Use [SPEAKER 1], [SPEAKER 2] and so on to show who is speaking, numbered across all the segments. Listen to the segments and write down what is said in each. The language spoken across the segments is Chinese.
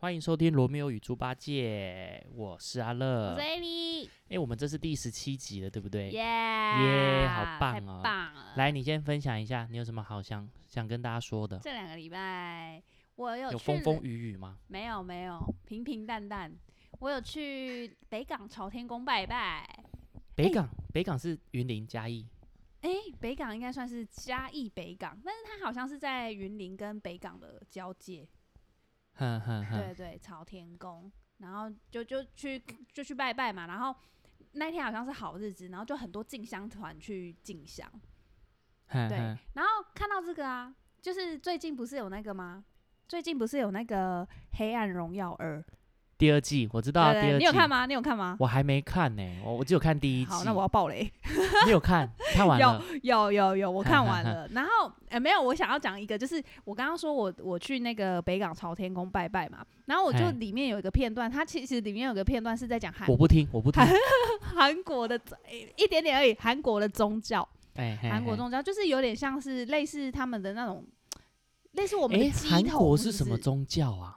[SPEAKER 1] 欢迎收听《罗密欧与猪八戒》，我是阿乐。
[SPEAKER 2] 我是
[SPEAKER 1] 哎、
[SPEAKER 2] Amy，
[SPEAKER 1] 我们这是第十七集了，对不对
[SPEAKER 2] 耶
[SPEAKER 1] 哎耶好棒哦
[SPEAKER 2] 太棒了！
[SPEAKER 1] 来，你先分享一下，你有什么好想想跟大家说的？
[SPEAKER 2] 这两个礼拜我有哎
[SPEAKER 1] 有
[SPEAKER 2] 去
[SPEAKER 1] 风风
[SPEAKER 2] 了
[SPEAKER 1] 雨雨吗？
[SPEAKER 2] 没有没有平平淡淡，我有去北港朝天宫拜拜。
[SPEAKER 1] 北港，北港是云林嘉义，
[SPEAKER 2] 哎，北港应该算是嘉义北港，但是它好像是在云林跟北港的交界。
[SPEAKER 1] 哼哼哼，
[SPEAKER 2] 对对，朝天宫，然后就就去就去拜拜嘛，然后那天好像是好日子，然后就很多进香团去进香，
[SPEAKER 1] 哼
[SPEAKER 2] 对
[SPEAKER 1] 哼，
[SPEAKER 2] 然后看到这个啊，就是最近不是有那个吗？最近不是有那个《黑暗荣耀二》？
[SPEAKER 1] 第二季我知道啊，
[SPEAKER 2] 对
[SPEAKER 1] 第二季
[SPEAKER 2] 对，你有看？吗？你有看吗？
[SPEAKER 1] 我还没看呢、我我只有看第一季。
[SPEAKER 2] 好，那我要爆雷。
[SPEAKER 1] 你有看？看完了。
[SPEAKER 2] 有有有，我看完 了。然后呃，没有，我想要讲一个，就是我刚刚说我我去那个北港朝天宫拜拜嘛，然后我就
[SPEAKER 1] 嘿
[SPEAKER 2] 里面有一个片段，它其实里面有一个片段是在讲 韩
[SPEAKER 1] 我不听，我不 听。
[SPEAKER 2] 韩国的一点点而已，韩国的宗教，
[SPEAKER 1] 哎，嘿
[SPEAKER 2] 韩国
[SPEAKER 1] 嘿
[SPEAKER 2] 宗教就是有点像是类似他们的那种，类似我们的
[SPEAKER 1] 哎，
[SPEAKER 2] 鸡
[SPEAKER 1] 韩
[SPEAKER 2] 头
[SPEAKER 1] 国
[SPEAKER 2] 是
[SPEAKER 1] 是
[SPEAKER 2] 不
[SPEAKER 1] 什么
[SPEAKER 2] 是？
[SPEAKER 1] 宗教啊？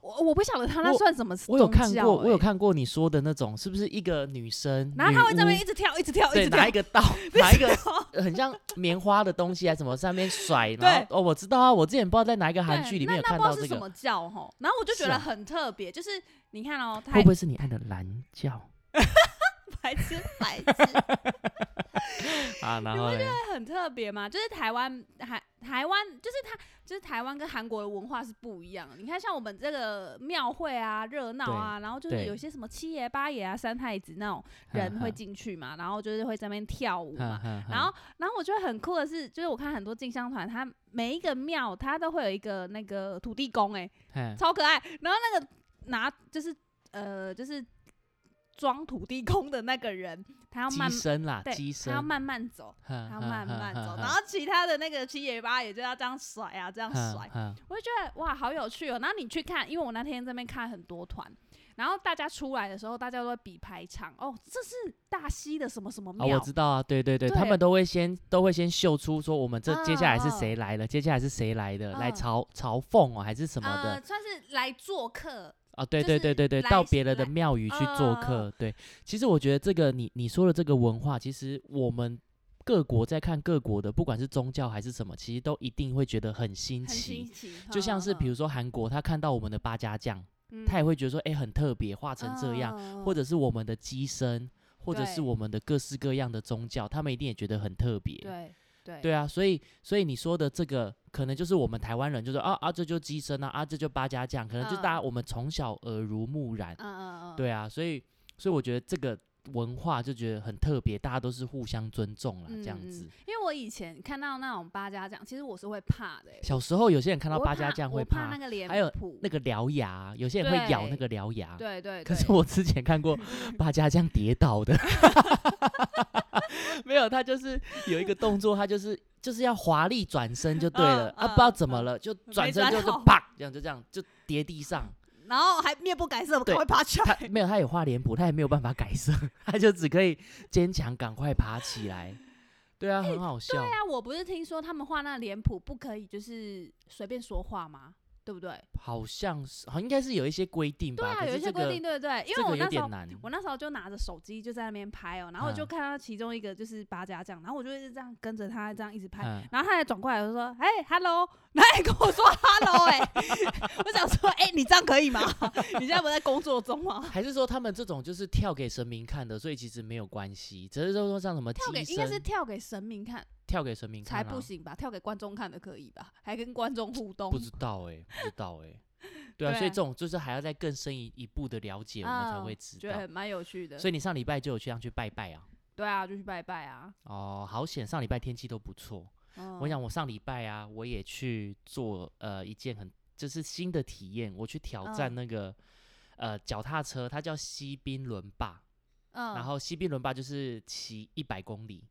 [SPEAKER 2] 我我不晓得他那
[SPEAKER 1] 我
[SPEAKER 2] 算什么宗教、
[SPEAKER 1] 我有看过，
[SPEAKER 2] 哎
[SPEAKER 1] 我有，看过你说的那种，是不是一个女生？
[SPEAKER 2] 然后
[SPEAKER 1] 女
[SPEAKER 2] 他会在那
[SPEAKER 1] 巫
[SPEAKER 2] 边一直跳，一直跳，哦 一
[SPEAKER 1] 嗯对
[SPEAKER 2] 直
[SPEAKER 1] 拿
[SPEAKER 2] 跳
[SPEAKER 1] 一。个刀，拿一个呃很像棉花的东西啊还是什么，上面甩， 然后哦，我知道啊，我之前不知道在哪一个韩
[SPEAKER 2] 对
[SPEAKER 1] 剧里面有
[SPEAKER 2] 那那
[SPEAKER 1] 看
[SPEAKER 2] 不知道
[SPEAKER 1] 到
[SPEAKER 2] 是
[SPEAKER 1] 这
[SPEAKER 2] 什
[SPEAKER 1] 个，
[SPEAKER 2] 么教吼，然后我就觉
[SPEAKER 1] 是
[SPEAKER 2] 得
[SPEAKER 1] 啊
[SPEAKER 2] 很特别，就是你看 哦，他
[SPEAKER 1] 会不会是你爱的蓝 教
[SPEAKER 2] 白痴白痴，哎
[SPEAKER 1] 啊？然后嘞
[SPEAKER 2] 很特别嘛，就是台湾台台湾，就是它就是台湾跟韩国的文化是不一样的。你看，像我们这个庙会啊、热闹啊，然后就是
[SPEAKER 1] 对嗯
[SPEAKER 2] 有些什么七爷八爷啊、三太子那种 人会，进去嘛，然后就是会在那边跳舞嘛。然后，然后我觉得很酷的是，就是我看很多进香团，它每一个庙它都会有一个那个土地公、欸，
[SPEAKER 1] 然
[SPEAKER 2] 超可爱。然后那个拿就是呃就是装土地公的那个人，他要慢
[SPEAKER 1] 机身啦，
[SPEAKER 2] 对
[SPEAKER 1] 机，
[SPEAKER 2] 他
[SPEAKER 1] 身嗯
[SPEAKER 2] 要，慢慢走，
[SPEAKER 1] 他
[SPEAKER 2] 他慢慢走，然后其他的那个七爷八爷就要这样甩啊，这样甩，
[SPEAKER 1] 甩，
[SPEAKER 2] 我就觉得哇，好有趣哦。然后你去看，因为我那天这边看很多团，然后大家出来的时候，大家都会比排场。哦，这是大溪的什么什么
[SPEAKER 1] 啊，我
[SPEAKER 2] 庙？
[SPEAKER 1] 知道啊，对对对，
[SPEAKER 2] 对
[SPEAKER 1] 他们都会先都会先秀出说我们这接下来是
[SPEAKER 2] 嗯嗯
[SPEAKER 1] 谁来了，接下来是谁来的，来
[SPEAKER 2] 嗯
[SPEAKER 1] 嘲嘲讽哦，还是什么的
[SPEAKER 2] 呃，，算是来做客，
[SPEAKER 1] 啊，对
[SPEAKER 2] 就
[SPEAKER 1] 对
[SPEAKER 2] 是
[SPEAKER 1] 对对对，
[SPEAKER 2] 来
[SPEAKER 1] 到
[SPEAKER 2] 是
[SPEAKER 1] 别人的
[SPEAKER 2] 来
[SPEAKER 1] 庙宇去做
[SPEAKER 2] 呃
[SPEAKER 1] 客。对，其实我觉得这个你你说的这个文化，其实我们各国在看各国的，不管是宗教还是什么，其实都一定会觉得很新
[SPEAKER 2] 很新嗯
[SPEAKER 1] 奇。
[SPEAKER 2] 奇。
[SPEAKER 1] 就像是比如说韩国，他看到我们的八家将，他
[SPEAKER 2] 嗯
[SPEAKER 1] 也会觉得说，哎，很特别，画成这样，
[SPEAKER 2] 样
[SPEAKER 1] 或者是我们的机身，或者是
[SPEAKER 2] 哦对
[SPEAKER 1] 我们的各式各样的宗教，他们一定也觉得很特别。
[SPEAKER 2] 对对
[SPEAKER 1] 对啊，所以所以你说的这个，可能就是我们台湾人就说啊啊，这就鸡生啊，啊这就八家将，可能就大家
[SPEAKER 2] 嗯
[SPEAKER 1] 我们从小耳濡目染，
[SPEAKER 2] 嗯嗯嗯，
[SPEAKER 1] 对啊，所以所以我觉得这个文化就觉得很特别，大家都是互相尊重啦，这样
[SPEAKER 2] 嗯
[SPEAKER 1] 子。
[SPEAKER 2] 因为我以前看到那种八家将，其实我是会怕的欸、
[SPEAKER 1] 小时候有些人看到
[SPEAKER 2] 我
[SPEAKER 1] 八家将
[SPEAKER 2] 我
[SPEAKER 1] 会
[SPEAKER 2] 怕那个脸
[SPEAKER 1] 还有
[SPEAKER 2] 谱，
[SPEAKER 1] 那个獠牙，有些人会咬那
[SPEAKER 2] 对
[SPEAKER 1] 个獠牙。
[SPEAKER 2] 对对对。
[SPEAKER 1] 可是我之前看 过八家将跌倒的， 没有，他就是有一个动作，他就是就是要华丽转身就对了、
[SPEAKER 2] 嗯
[SPEAKER 1] 啊，
[SPEAKER 2] 嗯
[SPEAKER 1] 不知道怎么了，就转身
[SPEAKER 2] 转
[SPEAKER 1] 就是
[SPEAKER 2] 好
[SPEAKER 1] 啪，这样就这样就跌地上。
[SPEAKER 2] 然后还面不改色，赶快爬起
[SPEAKER 1] 他
[SPEAKER 2] 来。
[SPEAKER 1] 没有，他有画脸谱，他也没有办法改色，他就只可以坚强，赶快爬起来。对啊，很好笑。
[SPEAKER 2] 对啊，我不是听说他们画那脸谱不可以就是随便说话吗？对不对？
[SPEAKER 1] 好像是，好像应该是有一些规定
[SPEAKER 2] 对
[SPEAKER 1] 吧？
[SPEAKER 2] 啊，
[SPEAKER 1] 可
[SPEAKER 2] 有
[SPEAKER 1] 是
[SPEAKER 2] 一些
[SPEAKER 1] 这
[SPEAKER 2] 规
[SPEAKER 1] 个
[SPEAKER 2] 定，对不对？因
[SPEAKER 1] 这
[SPEAKER 2] 为我
[SPEAKER 1] 个有
[SPEAKER 2] 那时候
[SPEAKER 1] 点难。
[SPEAKER 2] 我那时候就拿着手机就在那边拍哦、然后我就
[SPEAKER 1] 嗯
[SPEAKER 2] 看到其中一个就是八家将，然后我就一直这样跟着他这样一直拍。
[SPEAKER 1] 嗯，
[SPEAKER 2] 然后他还转过来我就说：“哎、h e l l o 然后还跟我说 “hello”，哎、我想说，哎、你这样可以吗？你现在不在工作中吗？
[SPEAKER 1] 还是说他们这种就是跳给神明看的，所以其实没有关系，只是说像什么
[SPEAKER 2] 跳给
[SPEAKER 1] 机
[SPEAKER 2] 应该是
[SPEAKER 1] 身
[SPEAKER 2] 跳给神明看
[SPEAKER 1] 跳给神明
[SPEAKER 2] 才
[SPEAKER 1] 看、啊，
[SPEAKER 2] 不行吧？跳给观众看的可以吧？还跟观众互动
[SPEAKER 1] 不，知道哎、不知道哎、 对啊，
[SPEAKER 2] 对
[SPEAKER 1] 所以这
[SPEAKER 2] 啊
[SPEAKER 1] 种就是还要再更深一一步的了解，我们才
[SPEAKER 2] 嗯
[SPEAKER 1] 会知
[SPEAKER 2] 觉得
[SPEAKER 1] 道。
[SPEAKER 2] 很蛮有趣的。
[SPEAKER 1] 所以你上礼拜就有去这样去拜拜啊？
[SPEAKER 2] 对啊，就去拜拜啊。
[SPEAKER 1] 哦，好险，上礼拜天气都不错。
[SPEAKER 2] 嗯
[SPEAKER 1] 我想我上礼拜啊，我也去做呃一件很就是新的体验，我去挑战
[SPEAKER 2] 嗯
[SPEAKER 1] 那个、呃脚踏车，它叫西滨轮霸，
[SPEAKER 2] 嗯
[SPEAKER 1] 然后西滨轮霸就是骑一百公 里，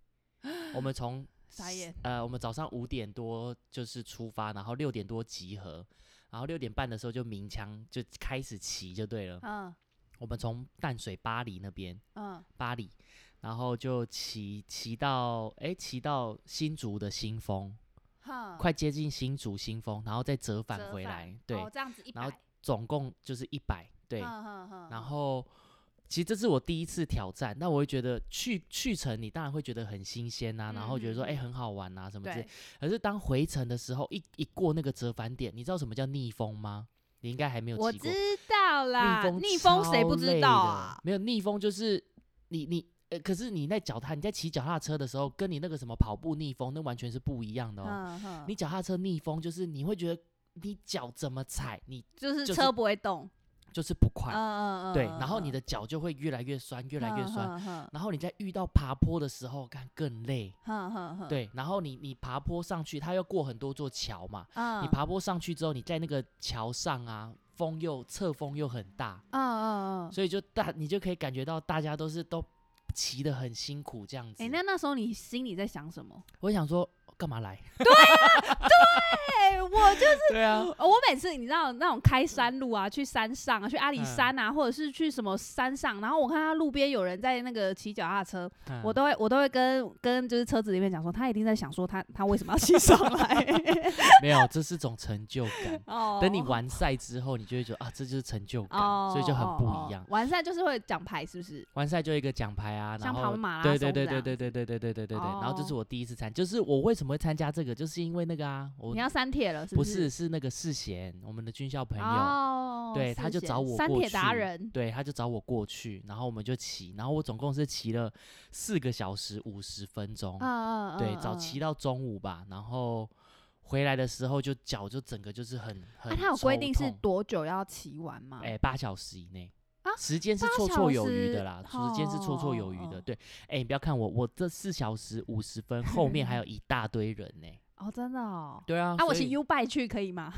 [SPEAKER 1] 我们从
[SPEAKER 2] 傻眼，
[SPEAKER 1] 呃我们早上五点多就是出发，然后六点多集合，然后六点半的时候就鸣枪就开始骑就对了，
[SPEAKER 2] 嗯
[SPEAKER 1] 我们从淡水巴黎那边
[SPEAKER 2] 嗯
[SPEAKER 1] 巴黎，然后就骑骑到诶，骑到新竹的新丰。
[SPEAKER 2] 哼，
[SPEAKER 1] 快接近新竹新丰，然后再折返
[SPEAKER 2] 哦折
[SPEAKER 1] 回
[SPEAKER 2] 返
[SPEAKER 1] 来，对，
[SPEAKER 2] 哦，这样子一嗯
[SPEAKER 1] 然后
[SPEAKER 2] 百，
[SPEAKER 1] 总共就是一百，对。
[SPEAKER 2] 哼哼哼
[SPEAKER 1] 然后其实这是我第一次挑战，那我会觉得去去程你当然会觉得很新鲜呐、然后觉得说
[SPEAKER 2] 嗯
[SPEAKER 1] 哎、很好玩呐、什么之类
[SPEAKER 2] 对。，
[SPEAKER 1] 可是当回程的时候，一一过那个折返点，你知道什么叫逆风吗？你应该还没有
[SPEAKER 2] 我
[SPEAKER 1] 骑过
[SPEAKER 2] 知。道啦，
[SPEAKER 1] 逆风
[SPEAKER 2] 逆风谁不
[SPEAKER 1] 超
[SPEAKER 2] 知
[SPEAKER 1] 累
[SPEAKER 2] 道
[SPEAKER 1] 的
[SPEAKER 2] 啊？
[SPEAKER 1] 没有逆风就是你你呃，可是你在脚踏你在骑脚踏车的时候，跟你那个什么跑步逆风那完全是不一样的哦。
[SPEAKER 2] 嗯哼
[SPEAKER 1] 你脚踏车逆风就是你会觉得你脚怎么踩你
[SPEAKER 2] 就是
[SPEAKER 1] 就是
[SPEAKER 2] 车不会动，
[SPEAKER 1] 就是不
[SPEAKER 2] 嗯
[SPEAKER 1] 快，
[SPEAKER 2] 嗯嗯，
[SPEAKER 1] 对，
[SPEAKER 2] 嗯
[SPEAKER 1] 然后你
[SPEAKER 2] 嗯
[SPEAKER 1] 的脚就会越来越酸，越来越酸。
[SPEAKER 2] 哼，哼
[SPEAKER 1] 然后你在遇到爬坡的时候，看更累，
[SPEAKER 2] 哼哼哼，
[SPEAKER 1] 对。然后你你爬坡上去，它要过很多座桥嘛，
[SPEAKER 2] 嗯，
[SPEAKER 1] 你爬坡上去之后，你在那个桥上啊，风又侧风又很大，
[SPEAKER 2] 嗯，嗯嗯嗯，
[SPEAKER 1] 所以就大你就可以感觉到大家都是都骑得很辛苦这样子。
[SPEAKER 2] 哎，那那时候你心里在想什么？
[SPEAKER 1] 我想说干嘛 来？
[SPEAKER 2] 哎，我 就
[SPEAKER 1] 对啊，
[SPEAKER 2] 呃我每次你知道那种开山路啊，去山上啊，去阿里山
[SPEAKER 1] 嗯
[SPEAKER 2] 啊，或者是去什么山上，然后我看到路边有人在那个骑脚踏车，
[SPEAKER 1] 嗯
[SPEAKER 2] 我都会我都会跟跟就是车子里面讲说，他一定在想说他他为什么要骑上 来
[SPEAKER 1] 没有，这是种成就感。
[SPEAKER 2] 哦
[SPEAKER 1] 等你完赛之后，你就会觉得啊，这就是成就感，
[SPEAKER 2] 哦，
[SPEAKER 1] 所以就很不
[SPEAKER 2] 哦
[SPEAKER 1] 一样。。
[SPEAKER 2] 完赛就是会奖牌，是不是？
[SPEAKER 1] 完赛就一个奖牌啊，然
[SPEAKER 2] 像跑
[SPEAKER 1] 后
[SPEAKER 2] 马拉
[SPEAKER 1] 对
[SPEAKER 2] 松
[SPEAKER 1] 对对
[SPEAKER 2] 这样
[SPEAKER 1] 对对对对对对对对对，然后这是
[SPEAKER 2] 哦
[SPEAKER 1] 我第一次参，就是我为什么会参加这个，就是因为那个啊，我
[SPEAKER 2] 你要删帖了，是
[SPEAKER 1] 不
[SPEAKER 2] 是
[SPEAKER 1] 是是那个世贤，我们的军校朋友，
[SPEAKER 2] 哦，
[SPEAKER 1] 对
[SPEAKER 2] 是
[SPEAKER 1] 他就
[SPEAKER 2] 写
[SPEAKER 1] 找我
[SPEAKER 2] 删
[SPEAKER 1] 过
[SPEAKER 2] 帖达
[SPEAKER 1] 去
[SPEAKER 2] 人，
[SPEAKER 1] 对，他就找我过去，然后我们就骑，然后我总共是骑了四个小时五十分钟，
[SPEAKER 2] 嗯嗯，
[SPEAKER 1] 哦对，
[SPEAKER 2] 嗯
[SPEAKER 1] 早
[SPEAKER 2] 嗯
[SPEAKER 1] 骑到中午吧，然后回来的时候就脚就整个就是很很抽痛。
[SPEAKER 2] 那、啊它有规定是多久要骑完吗？
[SPEAKER 1] 哎八小时以内。
[SPEAKER 2] 啊
[SPEAKER 1] 时间是
[SPEAKER 2] 八
[SPEAKER 1] 绰
[SPEAKER 2] 小
[SPEAKER 1] 绰有余
[SPEAKER 2] 时
[SPEAKER 1] 的啦，时间是绰绰有余
[SPEAKER 2] 哦哦
[SPEAKER 1] 的。
[SPEAKER 2] 哦
[SPEAKER 1] 对，哎、你不要看我，我这四小时五十分后面 还有一大堆人呢、
[SPEAKER 2] 哦，真的哦。
[SPEAKER 1] 对啊，
[SPEAKER 2] 啊，
[SPEAKER 1] 所
[SPEAKER 2] 我骑
[SPEAKER 1] 以
[SPEAKER 2] U bike 去可以吗？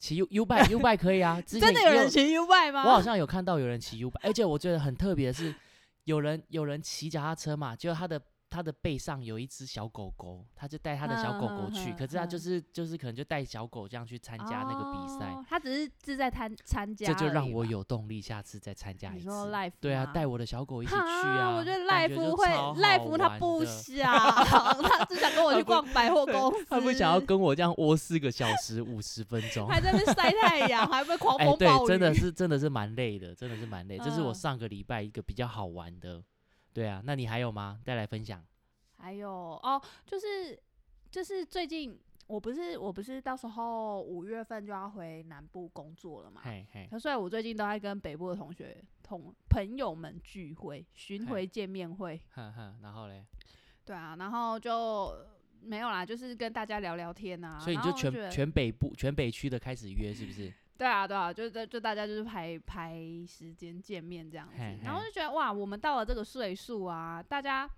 [SPEAKER 1] 骑 U U bike U bike 可以啊，之
[SPEAKER 2] 真
[SPEAKER 1] 前
[SPEAKER 2] 的
[SPEAKER 1] 也
[SPEAKER 2] 有人骑 U bike
[SPEAKER 1] 我好
[SPEAKER 2] 吗？
[SPEAKER 1] 像有看到有人骑 U 而且我觉得很特别的是，有人有人骑脚踏车嘛，就他的他的背上有一只小狗狗，他就带他的小狗狗去，
[SPEAKER 2] 嗯嗯嗯
[SPEAKER 1] 可是他就
[SPEAKER 2] 嗯
[SPEAKER 1] 是就是可能就带小狗这样去参加那个比赛，
[SPEAKER 2] 哦，他只是志在参参加
[SPEAKER 1] 这
[SPEAKER 2] 而已吧，
[SPEAKER 1] 就让我有动力下次再参加
[SPEAKER 2] 你
[SPEAKER 1] 一
[SPEAKER 2] 说
[SPEAKER 1] 次。
[SPEAKER 2] 赖服
[SPEAKER 1] 对啊，
[SPEAKER 2] 吗
[SPEAKER 1] 带我的小狗一起去
[SPEAKER 2] 哈
[SPEAKER 1] 啊！
[SPEAKER 2] 我觉得赖
[SPEAKER 1] 感
[SPEAKER 2] 服
[SPEAKER 1] 就
[SPEAKER 2] 会
[SPEAKER 1] 超
[SPEAKER 2] 赖
[SPEAKER 1] 好
[SPEAKER 2] 服他
[SPEAKER 1] 玩
[SPEAKER 2] 不
[SPEAKER 1] 的
[SPEAKER 2] 想，他只想跟 我
[SPEAKER 1] 他
[SPEAKER 2] 去
[SPEAKER 1] 不
[SPEAKER 2] 逛百货
[SPEAKER 1] 对
[SPEAKER 2] 公司，
[SPEAKER 1] 他不想要跟我这样窝四个小时五十分 钟，
[SPEAKER 2] 还在那边晒太阳，还被狂
[SPEAKER 1] 哎、
[SPEAKER 2] 风暴
[SPEAKER 1] 对，
[SPEAKER 2] 雨，
[SPEAKER 1] 真的是真的是蛮累的，真的是蛮累。这是我
[SPEAKER 2] 嗯
[SPEAKER 1] 上个礼拜一个比较好玩的，对啊。那你还有吗？再来分享。
[SPEAKER 2] 还有哦，就是就是最近我不是我不是到时候五月份就要回南部工作了嘛，
[SPEAKER 1] 嘿嘿，
[SPEAKER 2] 可所以我最近都在跟北部的同学同朋友们聚会、巡
[SPEAKER 1] 嘿
[SPEAKER 2] 回见面会，
[SPEAKER 1] 哼哼，然后嘞，
[SPEAKER 2] 对啊，然后就没有啦，就是跟大家聊聊天啊，
[SPEAKER 1] 所以你
[SPEAKER 2] 然
[SPEAKER 1] 就
[SPEAKER 2] 后觉
[SPEAKER 1] 全
[SPEAKER 2] 得
[SPEAKER 1] 全北部全北区的开始约，是不是？
[SPEAKER 2] 对啊，对啊，就就就大家就是排排时间见面这样子
[SPEAKER 1] 嘿，
[SPEAKER 2] 然后
[SPEAKER 1] 嘿
[SPEAKER 2] 就觉得哇，我们到了这个岁数啊，大家，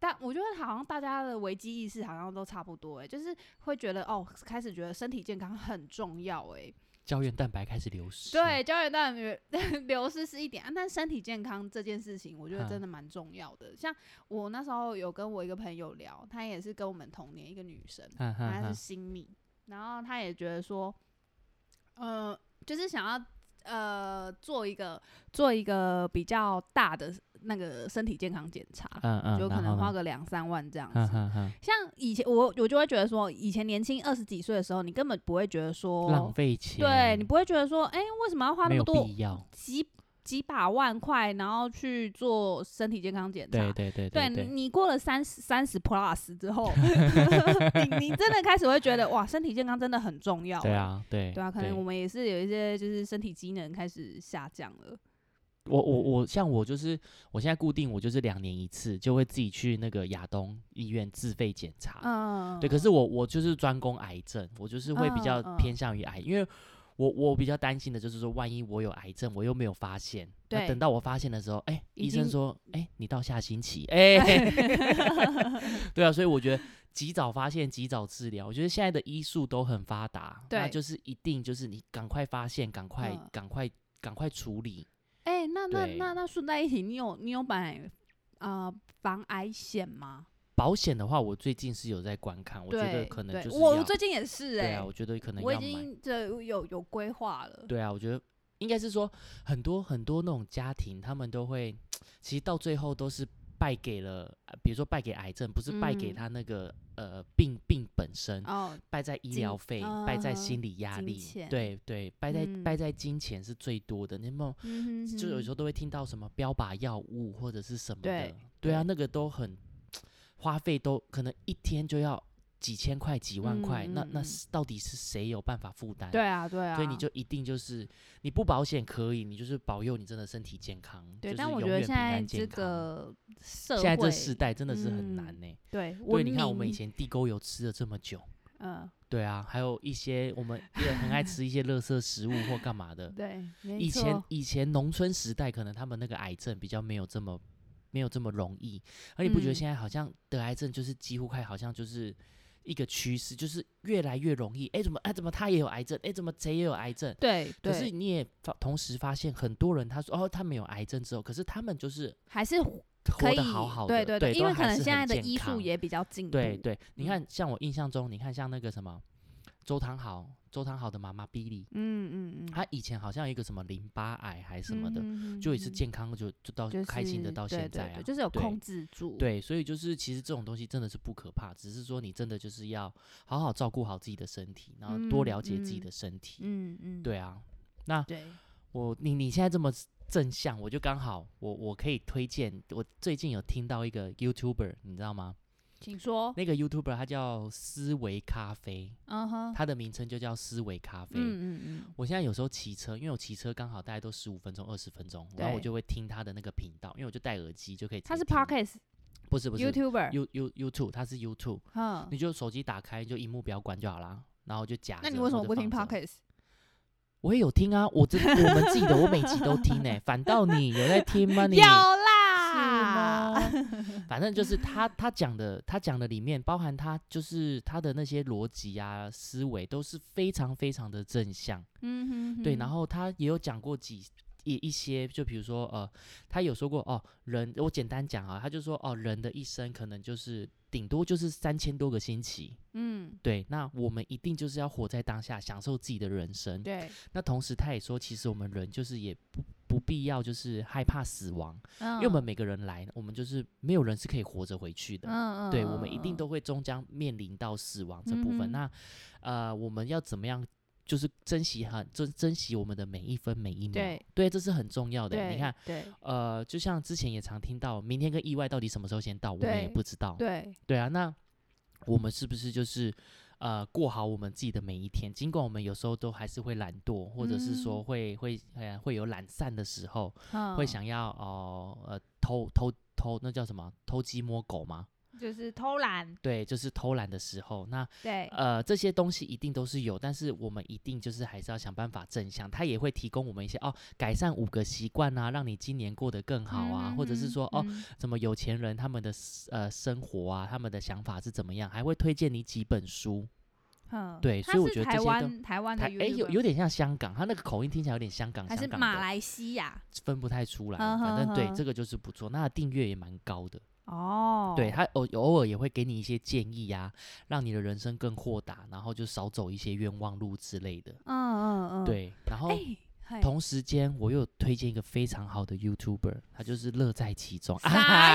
[SPEAKER 2] 但我觉得好像大家的危机意识好像都差不多哎、就是会觉得哦，开始觉得身体健康很重要哎、
[SPEAKER 1] 胶原蛋白开始流失。
[SPEAKER 2] 对，胶原蛋白 流失是一点啊，但身体健康这件事情，我觉得真的蛮重要的。像我那时候有跟我一个朋友聊，她也是跟我们同年一个女生，
[SPEAKER 1] 哼哼
[SPEAKER 2] 她是
[SPEAKER 1] 哼，
[SPEAKER 2] 新密，然后她也觉得说，呃，就是想要呃做一个做一个比较大的那个身体健康检查，
[SPEAKER 1] 嗯嗯，
[SPEAKER 2] 就可
[SPEAKER 1] 然后
[SPEAKER 2] 能花
[SPEAKER 1] 呢嗯
[SPEAKER 2] 个两三万这样
[SPEAKER 1] 哼
[SPEAKER 2] 子。
[SPEAKER 1] 哼哼，
[SPEAKER 2] 像以前我我就会觉得说，以前年轻二十几岁的时候，你根本不会觉得
[SPEAKER 1] 浪
[SPEAKER 2] 说，
[SPEAKER 1] 费钱，
[SPEAKER 2] 对你不会觉得说，哎、为什么要花那
[SPEAKER 1] 没
[SPEAKER 2] 么
[SPEAKER 1] 有
[SPEAKER 2] 多
[SPEAKER 1] 必要。
[SPEAKER 2] 几几百万块，然后去做身体健康检查？
[SPEAKER 1] 对对对
[SPEAKER 2] 对你
[SPEAKER 1] 对，
[SPEAKER 2] 你过了三十三十 plus 之 后，你你真的开始会觉得哇，身体健康真的很重要。
[SPEAKER 1] 对，啊对
[SPEAKER 2] 对啊，可能我们也是有一些就是身体机能开始下降了。
[SPEAKER 1] 我我我像我就是我现在固定我就是两年一次就会自己去那个亚东医院自费检查，
[SPEAKER 2] 嗯，
[SPEAKER 1] 啊对，可是我我就是专攻癌症，我就是会比
[SPEAKER 2] 嗯
[SPEAKER 1] 较
[SPEAKER 2] 嗯
[SPEAKER 1] 偏向于癌，因为我我比较担心的就是说，万一我有癌症，我又没有发现，那
[SPEAKER 2] 对
[SPEAKER 1] 等到我发现的时候，哎、
[SPEAKER 2] 已
[SPEAKER 1] 医生
[SPEAKER 2] 经
[SPEAKER 1] 说，哎、你到下星 期，哎、 对啊，所以我觉得及早发现、及早治疗，我觉得现在的医术都很发达，那
[SPEAKER 2] 对
[SPEAKER 1] 就是一定就是你赶快发现，赶快
[SPEAKER 2] 嗯
[SPEAKER 1] 赶、快赶快处理。
[SPEAKER 2] 哎、那那
[SPEAKER 1] 对
[SPEAKER 2] 那那顺带一提，你有你有买呃防癌险吗？
[SPEAKER 1] 保险的话，我最近是有在观看，我觉得
[SPEAKER 2] 对，
[SPEAKER 1] 可能
[SPEAKER 2] 对
[SPEAKER 1] 就是
[SPEAKER 2] 我
[SPEAKER 1] 要
[SPEAKER 2] 我最近也是
[SPEAKER 1] 对
[SPEAKER 2] 哎、
[SPEAKER 1] 啊，我觉得可能
[SPEAKER 2] 我已
[SPEAKER 1] 要买。
[SPEAKER 2] 经这有有规划了。
[SPEAKER 1] 对啊，我觉得应该是说很多很多那种家庭，他们都会，其实到最后都是败给了，呃比如说败给癌症，不是败给
[SPEAKER 2] 嗯
[SPEAKER 1] 他那个、呃病病本身，
[SPEAKER 2] 哦，
[SPEAKER 1] 败在医
[SPEAKER 2] 金
[SPEAKER 1] 疗费，败在
[SPEAKER 2] 嗯
[SPEAKER 1] 心理压
[SPEAKER 2] 金
[SPEAKER 1] 力
[SPEAKER 2] 钱，
[SPEAKER 1] 对对，败在、败
[SPEAKER 2] 嗯
[SPEAKER 1] 在金钱是最多的。你有没有？
[SPEAKER 2] 嗯哼
[SPEAKER 1] 就有时
[SPEAKER 2] 候
[SPEAKER 1] 候都会听到什么标靶药物或者是什么的，
[SPEAKER 2] 对
[SPEAKER 1] 对啊，那个都很花费都可能一天就要几千块、几万块，那
[SPEAKER 2] 嗯嗯
[SPEAKER 1] 那
[SPEAKER 2] 嗯
[SPEAKER 1] 是到底是谁有办法负担？
[SPEAKER 2] 对啊对啊，
[SPEAKER 1] 所以你就一定就是你不保险可以，你就是保佑你真的身体健康。
[SPEAKER 2] 对，
[SPEAKER 1] 就是
[SPEAKER 2] 但我
[SPEAKER 1] 永
[SPEAKER 2] 觉得
[SPEAKER 1] 远
[SPEAKER 2] 现
[SPEAKER 1] 平
[SPEAKER 2] 在
[SPEAKER 1] 安
[SPEAKER 2] 这
[SPEAKER 1] 健康
[SPEAKER 2] 个社会，
[SPEAKER 1] 现在这世代真的是很
[SPEAKER 2] 嗯
[SPEAKER 1] 难呢、
[SPEAKER 2] 对
[SPEAKER 1] 对，
[SPEAKER 2] 文
[SPEAKER 1] 你
[SPEAKER 2] 明，
[SPEAKER 1] 看我们以前地沟油吃了这么 久，
[SPEAKER 2] 嗯、。
[SPEAKER 1] 对啊，还有一些我们也很爱吃一些垃圾食物或干嘛的
[SPEAKER 2] 对，没
[SPEAKER 1] 以前
[SPEAKER 2] 错
[SPEAKER 1] 以前农村时代，可能他们那个癌症比较没有这么没有这么容易，而你不觉得
[SPEAKER 2] 嗯
[SPEAKER 1] 现在好像得癌症就是几乎快好像就是一个趋势，就是越来越容易。哎，怎么哎怎么他也有癌症？哎，怎么谁也有癌症？
[SPEAKER 2] 对
[SPEAKER 1] 可
[SPEAKER 2] 对，
[SPEAKER 1] 是你也发同时发现很多人他说哦他们有癌症之后，可是他们就是
[SPEAKER 2] 还是可
[SPEAKER 1] 活
[SPEAKER 2] 以
[SPEAKER 1] 得好好的，
[SPEAKER 2] 对对因
[SPEAKER 1] 都
[SPEAKER 2] 为可
[SPEAKER 1] 还
[SPEAKER 2] 能
[SPEAKER 1] 是
[SPEAKER 2] 现在
[SPEAKER 1] 很
[SPEAKER 2] 的
[SPEAKER 1] 健
[SPEAKER 2] 医术
[SPEAKER 1] 康
[SPEAKER 2] 也比较进步，
[SPEAKER 1] 对对，你
[SPEAKER 2] 嗯
[SPEAKER 1] 看，像我印象中，你看像那个什么周汤豪，周汤豪的妈妈 Billy，
[SPEAKER 2] 嗯嗯嗯，
[SPEAKER 1] 她以前好像有一个什么淋巴癌还是什么的，
[SPEAKER 2] 嗯哼
[SPEAKER 1] 就也
[SPEAKER 2] 哼
[SPEAKER 1] 是
[SPEAKER 2] 哼
[SPEAKER 1] 健康就就到
[SPEAKER 2] 就是
[SPEAKER 1] 开心的到
[SPEAKER 2] 对
[SPEAKER 1] 现
[SPEAKER 2] 对
[SPEAKER 1] 在啊，
[SPEAKER 2] 对就是有
[SPEAKER 1] 对
[SPEAKER 2] 控制住，
[SPEAKER 1] 对，所以就是其实这种东西真的是不可怕，只是说你真的就是要好好照顾好自己的身体，然后多
[SPEAKER 2] 嗯
[SPEAKER 1] 了解自己
[SPEAKER 2] 嗯
[SPEAKER 1] 的身体。
[SPEAKER 2] 嗯嗯，
[SPEAKER 1] 对啊，那
[SPEAKER 2] 对，
[SPEAKER 1] 我你你现在这么正向，我就刚好我我可以推荐，我最近有听到一个 YouTuber，你知道吗？
[SPEAKER 2] 请说，
[SPEAKER 1] 那个 YouTuber 他叫思维咖啡，
[SPEAKER 2] 嗯哼，
[SPEAKER 1] 它的名称就叫思维咖啡。
[SPEAKER 2] 嗯嗯嗯，
[SPEAKER 1] 我现在有时候骑车，因为我骑车刚好大概都十五分钟、二十分钟，然后我
[SPEAKER 2] 对
[SPEAKER 1] 就会听他的那个频道，因为我就戴耳机就可以直接
[SPEAKER 2] 他是
[SPEAKER 1] 听。
[SPEAKER 2] Podcast
[SPEAKER 1] 不是不是
[SPEAKER 2] YouTuber，
[SPEAKER 1] You You YouTube，它是 YouTube，
[SPEAKER 2] 嗯
[SPEAKER 1] 你，就手机打开就荧幕不要关就好啦。然后就夹着。
[SPEAKER 2] 那你为什
[SPEAKER 1] 或
[SPEAKER 2] 么
[SPEAKER 1] 者
[SPEAKER 2] 不听
[SPEAKER 1] 放着
[SPEAKER 2] Podcast？
[SPEAKER 1] 我也有听啊，我这我们自己的我每集都听呢、 反倒你有在听吗？你
[SPEAKER 2] 有
[SPEAKER 1] 是
[SPEAKER 2] 啦，
[SPEAKER 1] 吗？反正就是他他讲的，他讲的里面包含他就是他的那些逻辑啊、思维都是非常非常的正向，
[SPEAKER 2] 嗯哼哼，
[SPEAKER 1] 对。然后他也有讲过几一一些，就比如说呃，他有说过哦，人我简单讲啊，他就说哦，人的一生可能就是顶多就是三千多个星期。
[SPEAKER 2] 嗯，
[SPEAKER 1] 对，那我们一定就是要活在当下，享受自己的人生。
[SPEAKER 2] 对，
[SPEAKER 1] 那同时，他也说，其实我们人就是也不不必要，就是害怕死亡，
[SPEAKER 2] 因
[SPEAKER 1] 因为我们每个人来，我们就是没有人是可以活着回去的。
[SPEAKER 2] 嗯嗯，
[SPEAKER 1] 对，我们一定
[SPEAKER 2] 嗯
[SPEAKER 1] 都会终将面临到死亡这部分。
[SPEAKER 2] 嗯哼
[SPEAKER 1] 那呃，我们要怎么样？就是珍惜很珍珍惜我们的每一分每一秒，
[SPEAKER 2] 对
[SPEAKER 1] 这是很重要的。
[SPEAKER 2] 对，
[SPEAKER 1] 你看，
[SPEAKER 2] 对
[SPEAKER 1] 呃，就像之前也常听到，明天跟意外到底什么时候先到，我们也
[SPEAKER 2] 对
[SPEAKER 1] 不知道。
[SPEAKER 2] 对，
[SPEAKER 1] 对啊，那我们是不是就是呃过好我们自己的每一天？尽管我们有时候都还是会懒惰，或者是说
[SPEAKER 2] 嗯
[SPEAKER 1] 会会呃会有懒散的时候，会
[SPEAKER 2] 嗯
[SPEAKER 1] 想要哦呃偷偷偷那叫什么偷鸡摸狗吗？
[SPEAKER 2] 就是偷懒，
[SPEAKER 1] 对，就是偷懒的时候。那
[SPEAKER 2] 对，
[SPEAKER 1] 呃这些东西一定都是有，但是我们一定就是还是要想办法正向。它也会提供我们一些哦改善五个习惯啊，让你今年过得更好啊，
[SPEAKER 2] 嗯
[SPEAKER 1] 或者是
[SPEAKER 2] 哼
[SPEAKER 1] 说哦，
[SPEAKER 2] 嗯
[SPEAKER 1] 怎么有钱人他们的 s- 呃生活啊，他们的想法是怎么样，还会推荐你几本书。
[SPEAKER 2] 嗯
[SPEAKER 1] 对
[SPEAKER 2] 他
[SPEAKER 1] 所以我
[SPEAKER 2] 是
[SPEAKER 1] 觉得这
[SPEAKER 2] 台
[SPEAKER 1] 些
[SPEAKER 2] 湾台湾的
[SPEAKER 1] 哎、诶有
[SPEAKER 2] YouTuber
[SPEAKER 1] 有点像香港，他那个口音听起来有点香港，
[SPEAKER 2] 还是
[SPEAKER 1] 香港
[SPEAKER 2] 马
[SPEAKER 1] 的
[SPEAKER 2] 来西亚
[SPEAKER 1] 分不太出来。
[SPEAKER 2] 嗯
[SPEAKER 1] 反正
[SPEAKER 2] 哼
[SPEAKER 1] 对
[SPEAKER 2] 哼
[SPEAKER 1] 这个就是不错，那他订阅也蛮高的。
[SPEAKER 2] 哦，
[SPEAKER 1] 对他偶偶尔也会给你一些建议啊，让你的人生更豁达，然后就少走一些冤枉路之类的。
[SPEAKER 2] 嗯嗯嗯，
[SPEAKER 1] 对，然后。
[SPEAKER 2] 哎，嘿
[SPEAKER 1] 同时间，我又推荐一个非常好的 YouTuber，他就是乐在其中。
[SPEAKER 2] 傻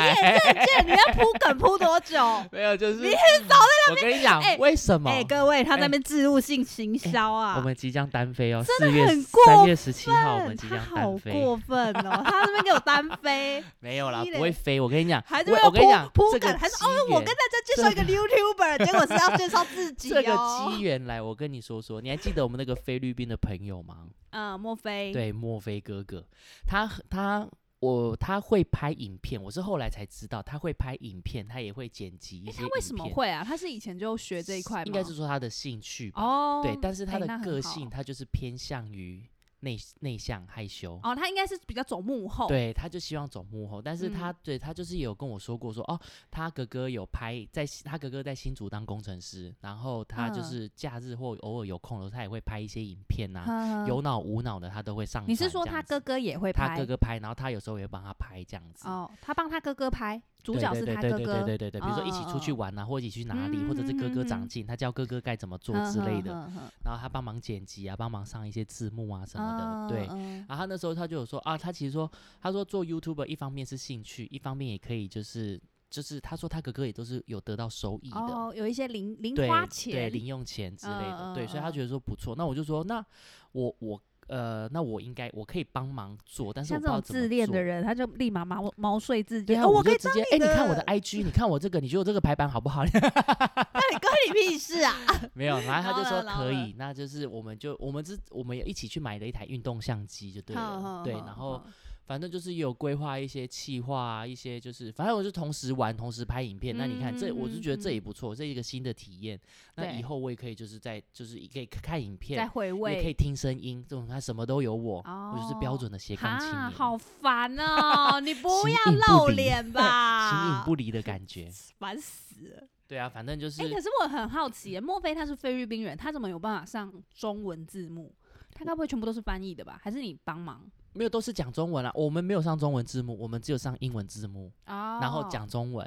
[SPEAKER 2] 眼，这这你要铺梗铺多久？
[SPEAKER 1] 没有，就是你很少在那边。我跟你讲，
[SPEAKER 2] 哎
[SPEAKER 1] 为什么？
[SPEAKER 2] 哎，各位，他在
[SPEAKER 1] 哎
[SPEAKER 2] 那边植入性行销
[SPEAKER 1] 我
[SPEAKER 2] 啊。
[SPEAKER 1] 们即将单飞哦，四月
[SPEAKER 2] 很过
[SPEAKER 1] 三月十七号我们
[SPEAKER 2] 笨
[SPEAKER 1] 即
[SPEAKER 2] 他
[SPEAKER 1] 将
[SPEAKER 2] 好
[SPEAKER 1] 单飞。
[SPEAKER 2] 过分哦！他在那边给我单飞，哦
[SPEAKER 1] 没有啦，
[SPEAKER 2] 低
[SPEAKER 1] 不会
[SPEAKER 2] 嘞
[SPEAKER 1] 飞。我跟你讲，
[SPEAKER 2] 还在
[SPEAKER 1] 我
[SPEAKER 2] 那
[SPEAKER 1] 我跟你讲
[SPEAKER 2] 边，铺
[SPEAKER 1] 这
[SPEAKER 2] 铺
[SPEAKER 1] 个
[SPEAKER 2] 梗，还是哦，
[SPEAKER 1] 机
[SPEAKER 2] 我
[SPEAKER 1] 缘
[SPEAKER 2] 跟大家介绍一个 YouTuber，结果是要介绍自己
[SPEAKER 1] 这个
[SPEAKER 2] 哦。
[SPEAKER 1] 机缘来，我跟你说说，你还记得我们那个菲律宾的朋友吗？
[SPEAKER 2] 嗯，莫非？
[SPEAKER 1] 对，墨菲哥哥，他他。我他会拍影片，我是后来才知道他会拍影片，他也会剪辑一
[SPEAKER 2] 哎，
[SPEAKER 1] 些
[SPEAKER 2] 他为什么
[SPEAKER 1] 影片
[SPEAKER 2] 会啊？他是以前就学这一块吗？
[SPEAKER 1] 应该是说他的兴趣吧。
[SPEAKER 2] 哦，
[SPEAKER 1] 对，但是他
[SPEAKER 2] 哎
[SPEAKER 1] 的
[SPEAKER 2] 那很
[SPEAKER 1] 个
[SPEAKER 2] 好
[SPEAKER 1] 性，他就是偏向于内内向害羞。
[SPEAKER 2] 哦，他应该是比较走幕后，
[SPEAKER 1] 对，他就希望走幕后，但是他、
[SPEAKER 2] 嗯
[SPEAKER 1] 对他就是有跟我说过说，哦，他哥哥有拍在新他哥哥在新竹当工程师，然后他就
[SPEAKER 2] 嗯
[SPEAKER 1] 是假日或偶尔有空的时候，他也会拍一些影片呐、
[SPEAKER 2] 呵，
[SPEAKER 1] 啊有脑无脑的他都会上传这样
[SPEAKER 2] 你
[SPEAKER 1] 子。
[SPEAKER 2] 是说他哥哥也会
[SPEAKER 1] 他
[SPEAKER 2] 拍？
[SPEAKER 1] 哥哥拍，然后他有时候也会帮他拍这样子。
[SPEAKER 2] 哦，他帮他哥哥拍，主角是
[SPEAKER 1] 对
[SPEAKER 2] 他
[SPEAKER 1] 对
[SPEAKER 2] 哥
[SPEAKER 1] 对
[SPEAKER 2] 哥，
[SPEAKER 1] 对对对对，比如说一起出去
[SPEAKER 2] 嗯嗯
[SPEAKER 1] 玩啊，或者一起去哪里，或者是哥哥
[SPEAKER 2] 嗯嗯嗯
[SPEAKER 1] 长
[SPEAKER 2] 嗯
[SPEAKER 1] 进，他教哥哥该怎么做
[SPEAKER 2] 哼
[SPEAKER 1] 之类的，
[SPEAKER 2] 哼哼
[SPEAKER 1] 然后他帮忙剪辑啊，帮忙上一些字幕啊什
[SPEAKER 2] 嗯
[SPEAKER 1] 么的，对。
[SPEAKER 2] 嗯
[SPEAKER 1] 然后他那时候他就有说啊，他其实说，他说做 YouTuber 一方面是兴趣，一方面也可以就是就是他说他哥哥也都是有得到收益的，
[SPEAKER 2] 哦，有一些零零
[SPEAKER 1] 对
[SPEAKER 2] 花
[SPEAKER 1] 对
[SPEAKER 2] 钱，
[SPEAKER 1] 零用钱之类的，
[SPEAKER 2] 嗯
[SPEAKER 1] 对，所以他
[SPEAKER 2] 嗯嗯
[SPEAKER 1] 觉得说不错。那我就说那我我呃那我应该我可以帮忙做，但是我
[SPEAKER 2] 像
[SPEAKER 1] 不知
[SPEAKER 2] 这
[SPEAKER 1] 道
[SPEAKER 2] 种
[SPEAKER 1] 怎么
[SPEAKER 2] 自恋
[SPEAKER 1] 做
[SPEAKER 2] 的人，他就立马毛毛遂自
[SPEAKER 1] 对
[SPEAKER 2] 荐。
[SPEAKER 1] 啊，
[SPEAKER 2] 哦，我可
[SPEAKER 1] 就
[SPEAKER 2] 以
[SPEAKER 1] 直接哎、你
[SPEAKER 2] 你
[SPEAKER 1] 看我
[SPEAKER 2] 的
[SPEAKER 1] 的 IG，你看我这个，你觉得我这个排版好不好？
[SPEAKER 2] 当你关你屁事啊！
[SPEAKER 1] 没有，然后他就
[SPEAKER 2] 然后
[SPEAKER 1] 说
[SPEAKER 2] 呢然后
[SPEAKER 1] 可
[SPEAKER 2] 呢
[SPEAKER 1] 以，那就是我们就我们之我们也一起去买了一台运动相机 就对
[SPEAKER 2] 好
[SPEAKER 1] 了，
[SPEAKER 2] 好
[SPEAKER 1] 对，
[SPEAKER 2] 好
[SPEAKER 1] 然后
[SPEAKER 2] 好
[SPEAKER 1] 反正就是有规划一些企划啊，一些就是反正我就同时玩同时拍影片，那你看这我
[SPEAKER 2] 嗯
[SPEAKER 1] 就觉得这也不错，这一个新的体验，那以
[SPEAKER 2] 对
[SPEAKER 1] 后我也可以就是在就是也可以看影
[SPEAKER 2] 再
[SPEAKER 1] 片，
[SPEAKER 2] 回
[SPEAKER 1] 也可以
[SPEAKER 2] 味。
[SPEAKER 1] 听声音，这种它什么都有我，我就是标
[SPEAKER 2] 哦
[SPEAKER 1] 准的斜杠青
[SPEAKER 2] 哈，
[SPEAKER 1] 年，
[SPEAKER 2] 好烦哦！你不
[SPEAKER 1] 形
[SPEAKER 2] 要
[SPEAKER 1] 影不
[SPEAKER 2] 露
[SPEAKER 1] 离
[SPEAKER 2] 脸
[SPEAKER 1] 形
[SPEAKER 2] 吧
[SPEAKER 1] 影，不离的感觉，
[SPEAKER 2] 烦死了。
[SPEAKER 1] 对啊，反正就是
[SPEAKER 2] 哎，可是我很好奇耶，莫非他是菲律宾人，他怎么有办法上中文字幕？他该不会全部都是翻译的吧？还是你帮忙？
[SPEAKER 1] 没有，都是讲中文啦、我们没有上中文字幕，我们只有上英文字幕，
[SPEAKER 2] 哦
[SPEAKER 1] 然后，讲中文。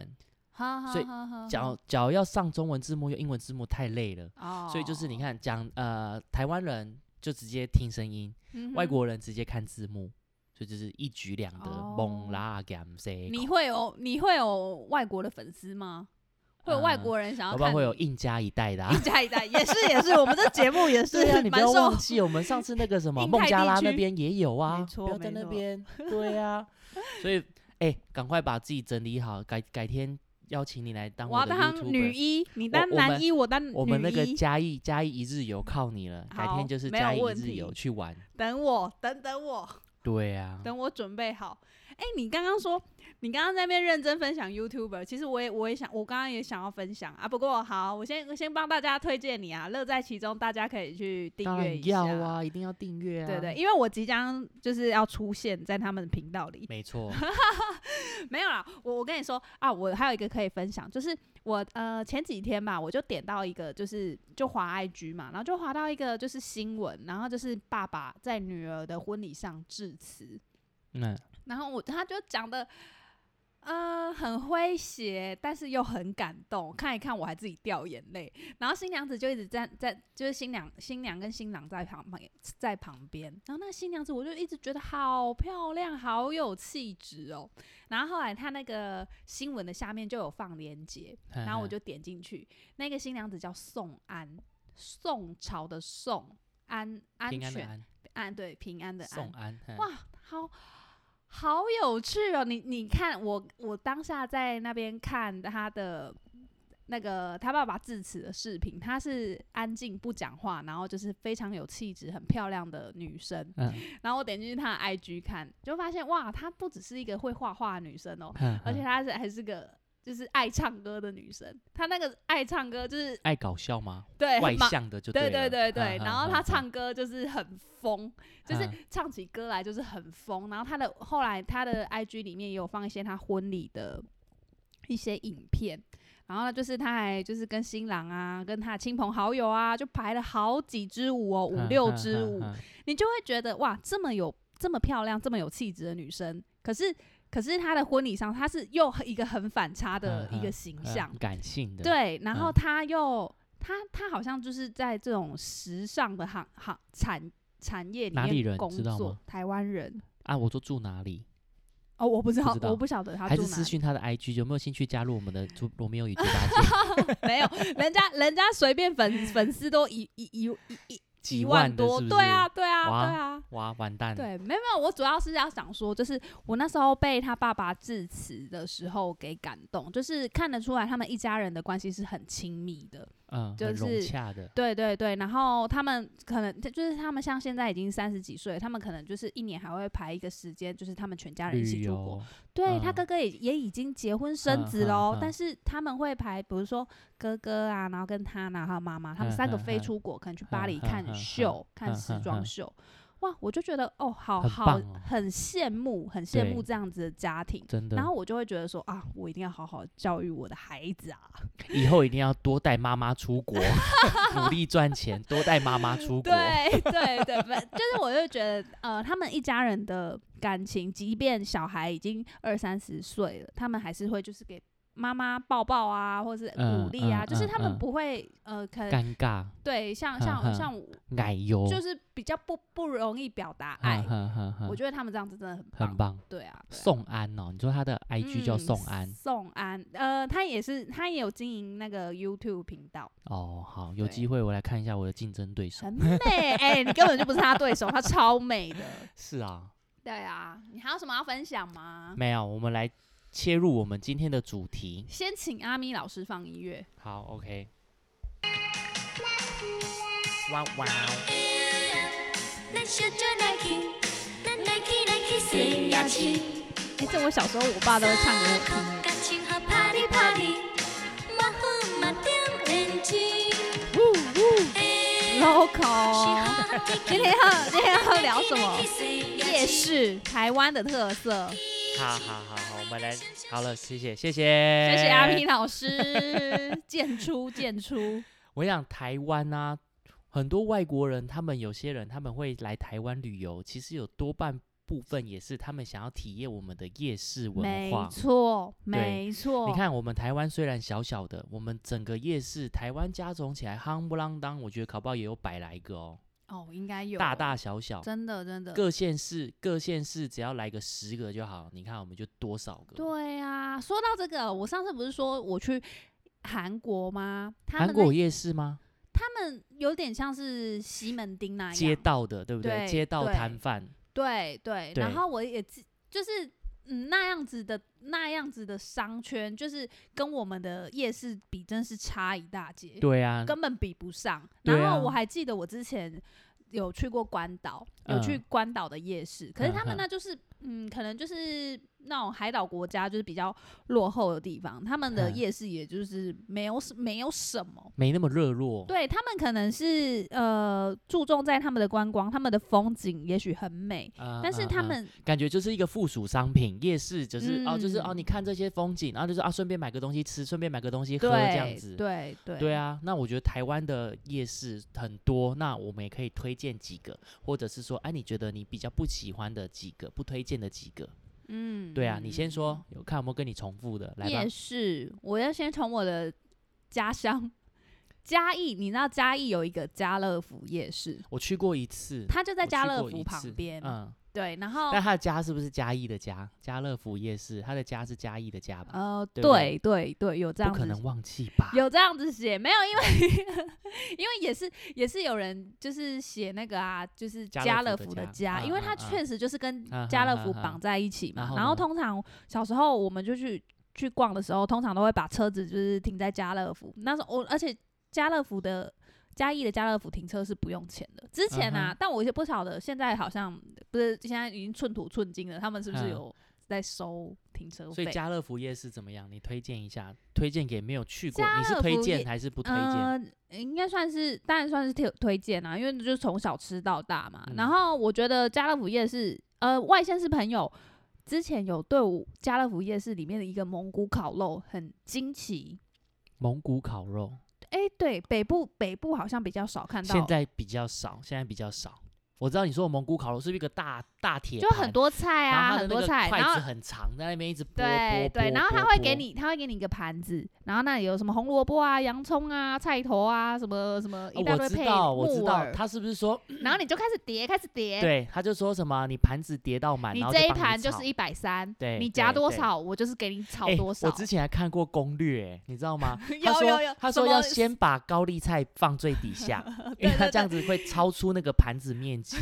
[SPEAKER 2] 哈
[SPEAKER 1] 所以
[SPEAKER 2] 哈哈
[SPEAKER 1] 讲讲要上中文字幕又英文字幕太累了，
[SPEAKER 2] 哈
[SPEAKER 1] 所以就是你
[SPEAKER 2] 哦
[SPEAKER 1] 看讲呃台湾人就直接听声音，
[SPEAKER 2] 嗯
[SPEAKER 1] 外
[SPEAKER 2] 哼
[SPEAKER 1] 国人直接看字幕，所以就是一举两得。
[SPEAKER 2] 哦
[SPEAKER 1] 蒙啦 gam say，
[SPEAKER 2] 你会有你会有外国的粉丝吗？会有外国人想要
[SPEAKER 1] 要
[SPEAKER 2] 看
[SPEAKER 1] 呃不然
[SPEAKER 2] 你？
[SPEAKER 1] 会有印加一代的、啊
[SPEAKER 2] 一。 家一代也是也是，我们这节目也
[SPEAKER 1] 对啊，
[SPEAKER 2] 是
[SPEAKER 1] 你不
[SPEAKER 2] 蛮
[SPEAKER 1] 要
[SPEAKER 2] 受
[SPEAKER 1] 忘记，我们上次那个什么
[SPEAKER 2] 印
[SPEAKER 1] 孟
[SPEAKER 2] 太
[SPEAKER 1] 加
[SPEAKER 2] 地
[SPEAKER 1] 拉那
[SPEAKER 2] 区
[SPEAKER 1] 边也有啊，
[SPEAKER 2] 错
[SPEAKER 1] 不要在
[SPEAKER 2] 没
[SPEAKER 1] 那
[SPEAKER 2] 错
[SPEAKER 1] 边。对啊，所以哎，赶快把自己整理好，改改天邀请你来当
[SPEAKER 2] 我要
[SPEAKER 1] 我的 YouTuber
[SPEAKER 2] 当女一，你当
[SPEAKER 1] 我
[SPEAKER 2] 男一，我当女 一。
[SPEAKER 1] 我们那个嘉义嘉义一日游靠你了，改
[SPEAKER 2] 好
[SPEAKER 1] 天就是
[SPEAKER 2] 没有
[SPEAKER 1] 嘉义
[SPEAKER 2] 问
[SPEAKER 1] 一日游
[SPEAKER 2] 题
[SPEAKER 1] 去玩。
[SPEAKER 2] 等我，等等我，
[SPEAKER 1] 对啊，
[SPEAKER 2] 等我准备好。哎、你刚刚说你刚刚在那边认真分享 YouTuber，其实我也我也想，我刚刚也想要分享啊。不过好，我先我先帮大家推荐你啊，乐在其中，大家可以去订
[SPEAKER 1] 当
[SPEAKER 2] 阅一
[SPEAKER 1] 然
[SPEAKER 2] 下。
[SPEAKER 1] 要啊，一定要订阅啊。
[SPEAKER 2] 对对，，因为我即将就是要出现在他们的频道里，
[SPEAKER 1] 没 错。
[SPEAKER 2] 没有啦，我我跟你说啊，我还有一个可以分享，就是我呃前几天吧，我就点到一个，就是就滑 IG 嘛，然后就滑到一个就是新闻，然后就是爸爸在女儿的婚礼上致辞，
[SPEAKER 1] 嗯，
[SPEAKER 2] 然后我他就讲的。呃，很诙谐，但是又很感动。看一看，我还自己掉眼泪。然后新娘子就一直在在，就是新娘新娘跟新郎在旁旁在旁边。然后那个新娘子，我就一直觉得好漂亮，好有气质哦。然后后来他那个新闻的下面就有放链接，然后
[SPEAKER 1] 嗯
[SPEAKER 2] 我就点进去，那个新娘子叫宋安，宋朝的宋，安安
[SPEAKER 1] 平安的
[SPEAKER 2] 全
[SPEAKER 1] 安，
[SPEAKER 2] 安对平安的安
[SPEAKER 1] 宋，安。嗯
[SPEAKER 2] 哇，好好有趣哦！你你看，我我当下在那边看他的那个他爸爸致辞的视频，她是安静不讲话，然后就是非常有气质、很漂亮的女生。
[SPEAKER 1] 嗯，
[SPEAKER 2] 然后我点进去她的 IG 看，就发现哇，她不只是一个会画画的女生哦，
[SPEAKER 1] 嗯
[SPEAKER 2] 而且
[SPEAKER 1] 嗯
[SPEAKER 2] 她是还是个。就是爱唱歌的女生，她那个爱唱歌就是
[SPEAKER 1] 爱搞笑吗？
[SPEAKER 2] 对
[SPEAKER 1] 外
[SPEAKER 2] 很忙
[SPEAKER 1] 向的就
[SPEAKER 2] 对
[SPEAKER 1] 对
[SPEAKER 2] 哎对
[SPEAKER 1] 了
[SPEAKER 2] 对对，
[SPEAKER 1] 嗯
[SPEAKER 2] 然后他
[SPEAKER 1] 嗯嗯
[SPEAKER 2] 唱歌就是很疯，就是
[SPEAKER 1] 嗯
[SPEAKER 2] 唱起歌来就是很疯。然后他的后来 他的 IG 里面也有放一些他婚礼的一些影片，然后呢就是他还就是跟新郎啊，跟他的亲朋好友啊，就排了好几支舞哦，五
[SPEAKER 1] 嗯
[SPEAKER 2] 六
[SPEAKER 1] 嗯
[SPEAKER 2] 支
[SPEAKER 1] 嗯
[SPEAKER 2] 舞，
[SPEAKER 1] 嗯
[SPEAKER 2] 你就会觉得哇，这么有这么漂亮、这么有气质的女生，可是可是她的婚礼上，她是又一个很反差的
[SPEAKER 1] 嗯
[SPEAKER 2] 一个
[SPEAKER 1] 嗯
[SPEAKER 2] 形
[SPEAKER 1] 嗯
[SPEAKER 2] 象。
[SPEAKER 1] 感性的。
[SPEAKER 2] 对，然后
[SPEAKER 1] 嗯
[SPEAKER 2] 他又、他他好像就是在这种时尚的行行产产业里
[SPEAKER 1] 哪里
[SPEAKER 2] 面
[SPEAKER 1] 人
[SPEAKER 2] 工
[SPEAKER 1] 知道
[SPEAKER 2] 作
[SPEAKER 1] 吗，
[SPEAKER 2] 台湾人。
[SPEAKER 1] 啊，我说住哪里？
[SPEAKER 2] 哦，我不知
[SPEAKER 1] 不
[SPEAKER 2] 道，
[SPEAKER 1] 知道
[SPEAKER 2] 我不晓得他
[SPEAKER 1] 还
[SPEAKER 2] 住
[SPEAKER 1] 是
[SPEAKER 2] 哪
[SPEAKER 1] 私
[SPEAKER 2] 里。
[SPEAKER 1] 讯他的 IG，有没有兴趣加入我们的朱罗密 欧与朱大姐？
[SPEAKER 2] 没有，人家人家随便 粉粉丝都一一一一一
[SPEAKER 1] 几
[SPEAKER 2] 万
[SPEAKER 1] 的
[SPEAKER 2] 多，
[SPEAKER 1] 是不是？
[SPEAKER 2] 对啊，，对啊，
[SPEAKER 1] 哇
[SPEAKER 2] 对啊。
[SPEAKER 1] 哇，完蛋。
[SPEAKER 2] 对，没有没有，我主要是要想说，就是我那时候被他爸爸致辞的时候给感动，就是看得出来他们一家人的关系是很亲密的。
[SPEAKER 1] 嗯，
[SPEAKER 2] 就
[SPEAKER 1] 很融
[SPEAKER 2] 是
[SPEAKER 1] 洽的。
[SPEAKER 2] 对对对，然后他们可能就是他们像现在已经三十几岁，他们可能就是一年还会排一个时间，就是他们全家人一
[SPEAKER 1] 旅
[SPEAKER 2] 起出国。
[SPEAKER 1] 游，
[SPEAKER 2] 对、他
[SPEAKER 1] 嗯
[SPEAKER 2] 哥哥也也已经结婚生
[SPEAKER 1] 嗯
[SPEAKER 2] 子
[SPEAKER 1] 嗯
[SPEAKER 2] 喽，
[SPEAKER 1] 嗯
[SPEAKER 2] 但是他们会排，比如说哥哥啊，然后跟他，然后还有妈妈，他们
[SPEAKER 1] 嗯
[SPEAKER 2] 三个
[SPEAKER 1] 嗯
[SPEAKER 2] 飞
[SPEAKER 1] 嗯
[SPEAKER 2] 出国，可能去巴
[SPEAKER 1] 嗯
[SPEAKER 2] 黎
[SPEAKER 1] 嗯
[SPEAKER 2] 看
[SPEAKER 1] 嗯嗯
[SPEAKER 2] 秀，看
[SPEAKER 1] 嗯
[SPEAKER 2] 时
[SPEAKER 1] 嗯
[SPEAKER 2] 装
[SPEAKER 1] 嗯
[SPEAKER 2] 秀。哇，我就觉得哦，好
[SPEAKER 1] 很
[SPEAKER 2] 好，
[SPEAKER 1] 棒哦
[SPEAKER 2] 很羡慕，很羡慕
[SPEAKER 1] 对
[SPEAKER 2] 这样子的家庭。
[SPEAKER 1] 真的。
[SPEAKER 2] 然后我就会觉得说啊，我一定要好好教育我的孩子啊。
[SPEAKER 1] 以后一定要多带妈妈出 国，努力赚钱，多带妈妈出国。
[SPEAKER 2] 对对对，反就是我就觉得，呃，他们一家人的感情，即便小孩已经二三十岁了，他们还是会就是给妈妈抱抱啊，或是
[SPEAKER 1] 嗯
[SPEAKER 2] 鼓励啊，
[SPEAKER 1] 嗯
[SPEAKER 2] 就是
[SPEAKER 1] 嗯
[SPEAKER 2] 他们
[SPEAKER 1] 嗯
[SPEAKER 2] 不会，呃，可能
[SPEAKER 1] 尴尬，
[SPEAKER 2] 对， 像
[SPEAKER 1] 哼
[SPEAKER 2] 像
[SPEAKER 1] 哼
[SPEAKER 2] 像我，
[SPEAKER 1] 奶油，
[SPEAKER 2] 就是比较不不容易表达
[SPEAKER 1] 哼
[SPEAKER 2] 爱。
[SPEAKER 1] 哼哼哼
[SPEAKER 2] 我觉得他们这样子真的很棒，
[SPEAKER 1] 很棒。
[SPEAKER 2] 对啊，对啊
[SPEAKER 1] 宋安哦，你说他的 IG 叫
[SPEAKER 2] 嗯
[SPEAKER 1] 宋安、
[SPEAKER 2] 宋安，呃，他也是，他也有经营那个 YouTube 频道，
[SPEAKER 1] 哦，好，有
[SPEAKER 2] 对
[SPEAKER 1] 机会我来看一下我的竞争对手。
[SPEAKER 2] 很美，哎、你根本就不是他对手，他超美的。
[SPEAKER 1] 是啊，
[SPEAKER 2] 对啊，你还有什么要分享吗？
[SPEAKER 1] 没有，我们来切入我们今天的主题。
[SPEAKER 2] 先请阿咪老师放音乐。
[SPEAKER 1] 好，OK。哇哇，
[SPEAKER 3] 咱小酒来去，咱来去来去洗牙齿，
[SPEAKER 2] 哎、这我小时候我爸都会唱给我听。
[SPEAKER 3] 感情好拍哩拍哩，麻烦嘛点胭脂。
[SPEAKER 2] 呜呜，local。今天要今天要聊什么？夜市，台湾的特色。
[SPEAKER 1] 好好好好，我们来，好了，谢谢谢谢，
[SPEAKER 2] 谢
[SPEAKER 1] 谢
[SPEAKER 2] 谢阿咪。老师， 见出见出。
[SPEAKER 1] 我想台湾啊，很多外国人，他们有些人他们会来台湾旅游，其实有多半部分也是他们想要体验我们的夜市文
[SPEAKER 2] 没
[SPEAKER 1] 化。
[SPEAKER 2] 错，没错。
[SPEAKER 1] 你，看，我们台湾虽然小小的，我们整个夜市，台湾加总起来，夯不啷当，我觉得搞不好也有百来个哦，
[SPEAKER 2] 哦，应该有
[SPEAKER 1] 大大小小，
[SPEAKER 2] 真的真的。
[SPEAKER 1] 各县市各县市只要来个十个就好。你看，我们就多少个？
[SPEAKER 2] 对啊，说到这个，我上次不是说我去韩国吗？他们
[SPEAKER 1] 韩
[SPEAKER 2] 那
[SPEAKER 1] 国有夜市吗？
[SPEAKER 2] 他们有点像是西门町那
[SPEAKER 1] 街
[SPEAKER 2] 样，
[SPEAKER 1] 道的，对不
[SPEAKER 2] 对
[SPEAKER 1] 街道
[SPEAKER 2] 对
[SPEAKER 1] 摊贩，
[SPEAKER 2] 对对。
[SPEAKER 1] 对
[SPEAKER 2] 然后我也自就是嗯那样子的那样子的商圈，就是跟我们的夜市比，真是差一大截，
[SPEAKER 1] 对啊，
[SPEAKER 2] 根本比不上。
[SPEAKER 1] 对
[SPEAKER 2] 然
[SPEAKER 1] 啊
[SPEAKER 2] 后我还记得我之前有去过关岛，有去
[SPEAKER 1] 嗯
[SPEAKER 2] 关岛的夜市，可是他
[SPEAKER 1] 嗯
[SPEAKER 2] 们
[SPEAKER 1] 嗯
[SPEAKER 2] 那就是。嗯，可能就是那种海岛国家，就是比较落后的地方，他们的
[SPEAKER 1] 嗯
[SPEAKER 2] 夜市也就是没有什没有什么，
[SPEAKER 1] 没那么热络。
[SPEAKER 2] 对他们可能是呃注重在他们的观光，他们的风景也许很美，
[SPEAKER 1] 啊，
[SPEAKER 2] 但是
[SPEAKER 1] 啊
[SPEAKER 2] 他
[SPEAKER 1] 啊
[SPEAKER 2] 们、
[SPEAKER 1] 感觉就是一个附属商品，夜市就是、哦，就是哦，
[SPEAKER 2] 嗯
[SPEAKER 1] 你看这些风景，然后就是啊，顺便买个东西吃，顺便买个东西喝
[SPEAKER 2] 对
[SPEAKER 1] 这样子。
[SPEAKER 2] 对对
[SPEAKER 1] 对啊，那我觉得台湾的夜市很多，那我们也可以推荐几个，或者是说，哎、你觉得你比较不喜欢的几个，不推荐的几个？
[SPEAKER 2] 嗯
[SPEAKER 1] 对啊，你先。
[SPEAKER 2] 嗯
[SPEAKER 1] 说，有看有没有跟你重复的？来吧
[SPEAKER 2] 夜，市，我要先从我的家乡嘉义，你知道嘉义有一个家乐福夜市，
[SPEAKER 1] 我去过一次，
[SPEAKER 2] 它就在
[SPEAKER 1] 我
[SPEAKER 2] 家
[SPEAKER 1] 去
[SPEAKER 2] 乐
[SPEAKER 1] 过
[SPEAKER 2] 福
[SPEAKER 1] 一
[SPEAKER 2] 旁
[SPEAKER 1] 次
[SPEAKER 2] 边。哦
[SPEAKER 1] 嗯，
[SPEAKER 2] 对，然后
[SPEAKER 1] 但他的家是不是嘉义的家？家乐福夜市，他的家是嘉义的家吧？
[SPEAKER 2] 呃，
[SPEAKER 1] 对不对
[SPEAKER 2] 对对对，有这
[SPEAKER 1] 不
[SPEAKER 2] 样
[SPEAKER 1] 可
[SPEAKER 2] 子
[SPEAKER 1] 能忘记吧？
[SPEAKER 2] 有这样子写没有？因为因为也是也是有人就是写那个啊，就是
[SPEAKER 1] 家乐福
[SPEAKER 2] 家乐
[SPEAKER 1] 的
[SPEAKER 2] 福的
[SPEAKER 1] 家
[SPEAKER 2] 家，因为
[SPEAKER 1] 嗯
[SPEAKER 2] 它
[SPEAKER 1] 嗯嗯
[SPEAKER 2] 确实就是跟
[SPEAKER 1] 嗯
[SPEAKER 2] 家乐
[SPEAKER 1] 哼
[SPEAKER 2] 福
[SPEAKER 1] 哼
[SPEAKER 2] 绑在一起
[SPEAKER 1] 然
[SPEAKER 2] 嘛
[SPEAKER 1] 后。
[SPEAKER 2] 然后
[SPEAKER 1] 呢
[SPEAKER 2] 通常小时候我们就去去逛的时候，通常都会把车子就是停在家乐福。那时候我而且家乐福的。嘉义的家乐福停车是不用钱的，之前
[SPEAKER 1] 嗯
[SPEAKER 2] 啊，
[SPEAKER 1] 哼
[SPEAKER 2] 但我也不晓得现在好像不是现在已经寸土寸金了，他们是不是
[SPEAKER 1] 嗯
[SPEAKER 2] 有在收停车费？啊
[SPEAKER 1] 所以家乐福夜市怎么样？你推荐一下，推荐给没有去过，
[SPEAKER 2] 家
[SPEAKER 1] 你是
[SPEAKER 2] 乐
[SPEAKER 1] 推
[SPEAKER 2] 福
[SPEAKER 1] 荐
[SPEAKER 2] 夜
[SPEAKER 1] 还是不推荐？
[SPEAKER 2] 嗯，应该算是，当然算是推推荐啊，因为就是从小吃到大嘛。
[SPEAKER 1] 嗯
[SPEAKER 2] 然后我觉得家乐福夜市，呃，外县市朋友之前有对我家乐福夜市里面的一个蒙古烤肉很惊奇。
[SPEAKER 1] 蒙古烤肉
[SPEAKER 2] 诶，对，北部北部好像比较少看到，
[SPEAKER 1] 现在比较少，现在比较少。我知道你说的蒙古烤肉是不是一个大大铁
[SPEAKER 2] 就
[SPEAKER 1] 盘，
[SPEAKER 2] 很多菜
[SPEAKER 1] 然后
[SPEAKER 2] 啊，
[SPEAKER 1] 它的
[SPEAKER 2] 很
[SPEAKER 1] 那
[SPEAKER 2] 多
[SPEAKER 1] 个
[SPEAKER 2] 菜，
[SPEAKER 1] 筷
[SPEAKER 2] 然
[SPEAKER 1] 子
[SPEAKER 2] 后。
[SPEAKER 1] 很长，在那边一直剥
[SPEAKER 2] 对
[SPEAKER 1] 剥
[SPEAKER 2] 对，
[SPEAKER 1] 剥
[SPEAKER 2] 然后他
[SPEAKER 1] 剥
[SPEAKER 2] 会
[SPEAKER 1] 剥
[SPEAKER 2] 给你，他会给你一个盘子，然后那里有什么红萝卜啊、洋葱啊、菜头啊，什么什么
[SPEAKER 1] 哦
[SPEAKER 2] 一大
[SPEAKER 1] 我
[SPEAKER 2] 堆
[SPEAKER 1] 知
[SPEAKER 2] 配
[SPEAKER 1] 道，我知
[SPEAKER 2] 木
[SPEAKER 1] 道，
[SPEAKER 2] 耳，
[SPEAKER 1] 他是不是说
[SPEAKER 2] 然后你就开始叠，开始叠，
[SPEAKER 1] 对？他就说什么你盘子叠到满，
[SPEAKER 2] 你
[SPEAKER 1] 然后
[SPEAKER 2] 这一
[SPEAKER 1] 帮
[SPEAKER 2] 盘就
[SPEAKER 1] 炒哎
[SPEAKER 2] 是一百三，
[SPEAKER 1] 对
[SPEAKER 2] 你
[SPEAKER 1] 对
[SPEAKER 2] 夹多
[SPEAKER 1] 对
[SPEAKER 2] 少，我就是给你炒
[SPEAKER 1] 哎
[SPEAKER 2] 多少。
[SPEAKER 1] 我之前还看过攻略、你知道吗？ 他
[SPEAKER 2] 有
[SPEAKER 1] 说
[SPEAKER 2] 有有
[SPEAKER 1] 他
[SPEAKER 2] 什
[SPEAKER 1] 说要
[SPEAKER 2] 么
[SPEAKER 1] 先把高丽菜放最底 下，因为
[SPEAKER 2] 对
[SPEAKER 1] 它
[SPEAKER 2] 对
[SPEAKER 1] 这样子会超出那个盘子面 积，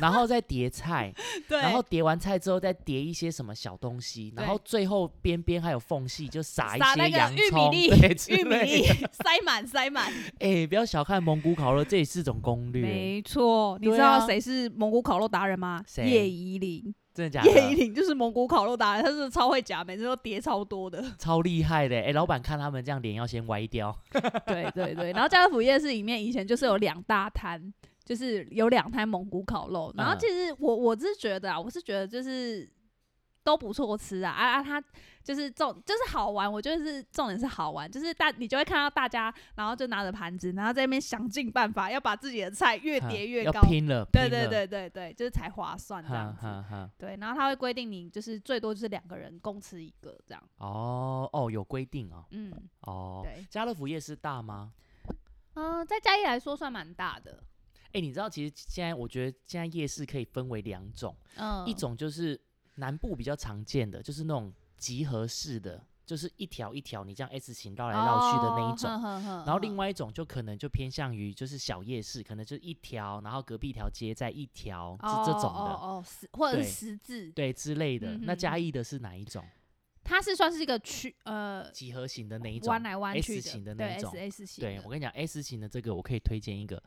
[SPEAKER 1] 然后再叠菜，
[SPEAKER 2] 对
[SPEAKER 1] 然后叠完菜之后再叠一些什么小东西，然
[SPEAKER 2] 对
[SPEAKER 1] 后最后边边还有缝隙就撒一
[SPEAKER 2] 撒
[SPEAKER 1] 些
[SPEAKER 2] 那
[SPEAKER 1] 洋
[SPEAKER 2] 个玉
[SPEAKER 1] 葱，
[SPEAKER 2] 米
[SPEAKER 1] 对
[SPEAKER 2] 粒，
[SPEAKER 1] 之
[SPEAKER 2] 玉米
[SPEAKER 1] 类
[SPEAKER 2] 粒
[SPEAKER 1] 的
[SPEAKER 2] 塞满塞 满。
[SPEAKER 1] 哎、不要小看蒙古烤肉，这也是种攻略，
[SPEAKER 2] 没错，你
[SPEAKER 1] 对
[SPEAKER 2] 知道
[SPEAKER 1] 啊
[SPEAKER 2] 谁是蒙古烤肉达人吗？
[SPEAKER 1] 谁
[SPEAKER 2] 叶怡玲，
[SPEAKER 1] 真的假
[SPEAKER 2] 叶怡
[SPEAKER 1] 的？
[SPEAKER 2] 玲就是蒙古烤肉达人，她是超会夹，每次都叠超多的。
[SPEAKER 1] 超厉害的、哎、老板看他们这样脸要先歪掉，
[SPEAKER 2] 对对对，然后家乐福夜市里面以前就是有两大摊，就是有两摊蒙古烤肉，然后
[SPEAKER 1] 嗯
[SPEAKER 2] 其实我我是觉得啊，我是觉得就是都不错吃啊啊啊，它就是重就是好玩，我觉得是重点是好玩，就是大你就会看到大家，然后就拿着盘子，然后在那边想尽办法要把自己的菜越
[SPEAKER 1] 哈
[SPEAKER 2] 叠越
[SPEAKER 1] 要
[SPEAKER 2] 高，
[SPEAKER 1] 拼了，
[SPEAKER 2] 对
[SPEAKER 1] 拼
[SPEAKER 2] 对
[SPEAKER 1] 了，
[SPEAKER 2] 对对对，就是才划算这
[SPEAKER 1] 哈
[SPEAKER 2] 样子。
[SPEAKER 1] 哈哈。
[SPEAKER 2] 对，然后他会规定你就是最多就是两个人共吃一个这样，
[SPEAKER 1] 哦哦，有规定哦，
[SPEAKER 2] 嗯，
[SPEAKER 1] 哦，
[SPEAKER 2] 对，
[SPEAKER 1] 家乐福夜市大吗？
[SPEAKER 2] 嗯、在嘉义来说算蛮大的，
[SPEAKER 1] 哎，你知道其实现在我觉得现在夜市可以分为两种，
[SPEAKER 2] 嗯、
[SPEAKER 1] 一种就是南部比较常见的，就是那种集合式的，就是一条一条你这样 S 型绕来绕去的那一种。
[SPEAKER 2] 哦
[SPEAKER 1] 然后另
[SPEAKER 2] 外，
[SPEAKER 1] 外一种就可能就偏向于就是小夜市，可能就一条，然后隔壁一条街再一条，是这种的，
[SPEAKER 2] 哦哦哦，十或者是
[SPEAKER 1] 对
[SPEAKER 2] 十字，
[SPEAKER 1] 对之类的。那
[SPEAKER 2] 嗯哼
[SPEAKER 1] 嘉
[SPEAKER 2] 哼
[SPEAKER 1] 义的是哪一种？
[SPEAKER 2] 它是算是一个区呃
[SPEAKER 1] 集合型的那一种
[SPEAKER 2] 弯来弯去
[SPEAKER 1] S 型的
[SPEAKER 2] 对
[SPEAKER 1] 那一种
[SPEAKER 2] S S 型
[SPEAKER 1] 对
[SPEAKER 2] 的，
[SPEAKER 1] 我跟你讲，S 型的这个我可以推荐一个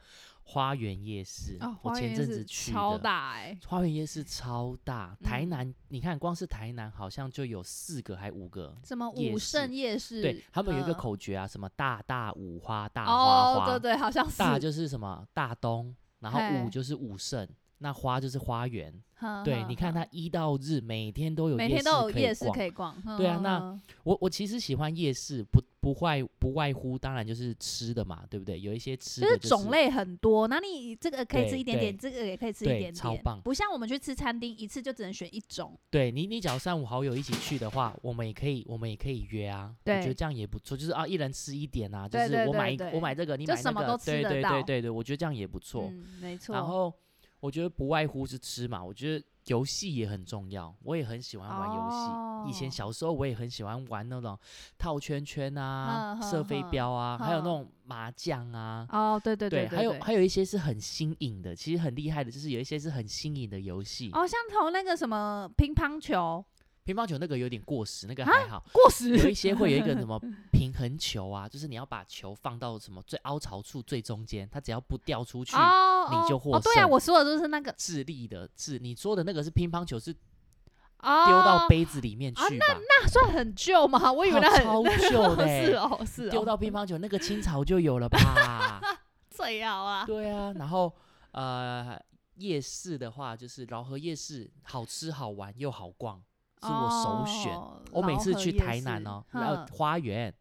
[SPEAKER 1] 花园夜市，
[SPEAKER 2] 哦，
[SPEAKER 1] 我
[SPEAKER 2] 花
[SPEAKER 1] 前
[SPEAKER 2] 园
[SPEAKER 1] 阵
[SPEAKER 2] 是
[SPEAKER 1] 子去
[SPEAKER 2] 超
[SPEAKER 1] 的
[SPEAKER 2] 大哎、
[SPEAKER 1] 花园夜市超大，台
[SPEAKER 2] 嗯
[SPEAKER 1] 南、你看光是台南好像就有四个还五个，
[SPEAKER 2] 什么
[SPEAKER 1] 夜
[SPEAKER 2] 武
[SPEAKER 1] 市
[SPEAKER 2] 圣夜市，
[SPEAKER 1] 对他们有一个
[SPEAKER 2] 嗯
[SPEAKER 1] 口诀啊，什么大大五花大花
[SPEAKER 2] 哦
[SPEAKER 1] 花，，
[SPEAKER 2] 对对，好像是，
[SPEAKER 1] 大就是什么大东，然后
[SPEAKER 2] 嘿
[SPEAKER 1] 五就是武圣，那花就是花园。
[SPEAKER 2] 哼
[SPEAKER 1] 对，
[SPEAKER 2] 哼
[SPEAKER 1] 你看
[SPEAKER 2] 哼
[SPEAKER 1] 它一到日每天都有
[SPEAKER 2] 嗯每天
[SPEAKER 1] 市
[SPEAKER 2] 都有
[SPEAKER 1] 可以
[SPEAKER 2] 夜市
[SPEAKER 1] 逛
[SPEAKER 2] 可以逛，哼
[SPEAKER 1] 对啊
[SPEAKER 2] 哼
[SPEAKER 1] 那
[SPEAKER 2] 哼
[SPEAKER 1] 我我其实喜欢夜市，不不外不外乎当然就是吃的嘛，对不对？有一些吃
[SPEAKER 2] 就
[SPEAKER 1] 的、
[SPEAKER 2] 是
[SPEAKER 1] 是、
[SPEAKER 2] 种类很多，那你这个可以吃
[SPEAKER 1] 对
[SPEAKER 2] 一点点，
[SPEAKER 1] 对
[SPEAKER 2] 这个也可以吃一
[SPEAKER 1] 对
[SPEAKER 2] 点点，
[SPEAKER 1] 超棒
[SPEAKER 2] 不像我们去吃餐厅一次就只能选一种，
[SPEAKER 1] 对你，你假如三五好友一起去的话，我们也可以，我们也可以约啊。我觉
[SPEAKER 2] 对
[SPEAKER 1] 得这样也不错，就是啊，一人吃一点啊，就
[SPEAKER 2] 对
[SPEAKER 1] 是
[SPEAKER 2] 对
[SPEAKER 1] 我
[SPEAKER 2] 对
[SPEAKER 1] 买一个
[SPEAKER 2] 对
[SPEAKER 1] 我买这个，你
[SPEAKER 2] 就
[SPEAKER 1] 买那
[SPEAKER 2] 什么
[SPEAKER 1] 个，
[SPEAKER 2] 都吃
[SPEAKER 1] 对
[SPEAKER 2] 得
[SPEAKER 1] 对
[SPEAKER 2] 到
[SPEAKER 1] 对对对，我觉得这样也不错。
[SPEAKER 2] 嗯，没错。
[SPEAKER 1] 然后我觉得不外乎是吃嘛，我觉得游戏也很重要，我也很喜欢玩游戏。以前
[SPEAKER 2] 哦
[SPEAKER 1] 小时候我也很喜欢玩那种套圈圈啊、
[SPEAKER 2] 哼
[SPEAKER 1] 射
[SPEAKER 2] 哼
[SPEAKER 1] 飞
[SPEAKER 2] 哼
[SPEAKER 1] 镖啊，还有那
[SPEAKER 2] 哼
[SPEAKER 1] 种麻将啊。
[SPEAKER 2] 哦，对对对
[SPEAKER 1] 还有还有一些是很新颖的，其实很厉害的，就是有一些是很新颖的游戏。
[SPEAKER 2] 哦，像投那个什么乒乓球
[SPEAKER 1] 乒乓球那个有点过时，那个还好。
[SPEAKER 2] 过时
[SPEAKER 1] 有一些会有一个 什么平衡球啊，就是你要把球放到什么最凹槽处最中间，它只要不掉出去，
[SPEAKER 2] 哦，
[SPEAKER 1] 你
[SPEAKER 2] 哦
[SPEAKER 1] 就获
[SPEAKER 2] 哦，对啊，
[SPEAKER 1] 胜
[SPEAKER 2] 我说的都是那个
[SPEAKER 1] 智力的智。你说的那个是乒乓球，是
[SPEAKER 2] 哦，啊
[SPEAKER 1] 丢到杯子里面去吧？
[SPEAKER 2] 那算很旧吗？我以为
[SPEAKER 1] 靠
[SPEAKER 2] 那很
[SPEAKER 1] 超旧的、
[SPEAKER 2] 是
[SPEAKER 1] 欸，
[SPEAKER 2] 哦是哦，
[SPEAKER 1] 丢到乒乓球那个清朝就有了 吧？
[SPEAKER 2] 最好啊，
[SPEAKER 1] 对啊，然后呃，夜市的话就是饶河夜市，好吃好玩又好逛，是我首选。
[SPEAKER 2] 哦
[SPEAKER 1] 我每
[SPEAKER 2] 饶
[SPEAKER 1] 次
[SPEAKER 2] 河
[SPEAKER 1] 去
[SPEAKER 2] 夜
[SPEAKER 1] 台南
[SPEAKER 2] 市嗯
[SPEAKER 1] 哦，然后
[SPEAKER 2] 哼
[SPEAKER 1] 花园，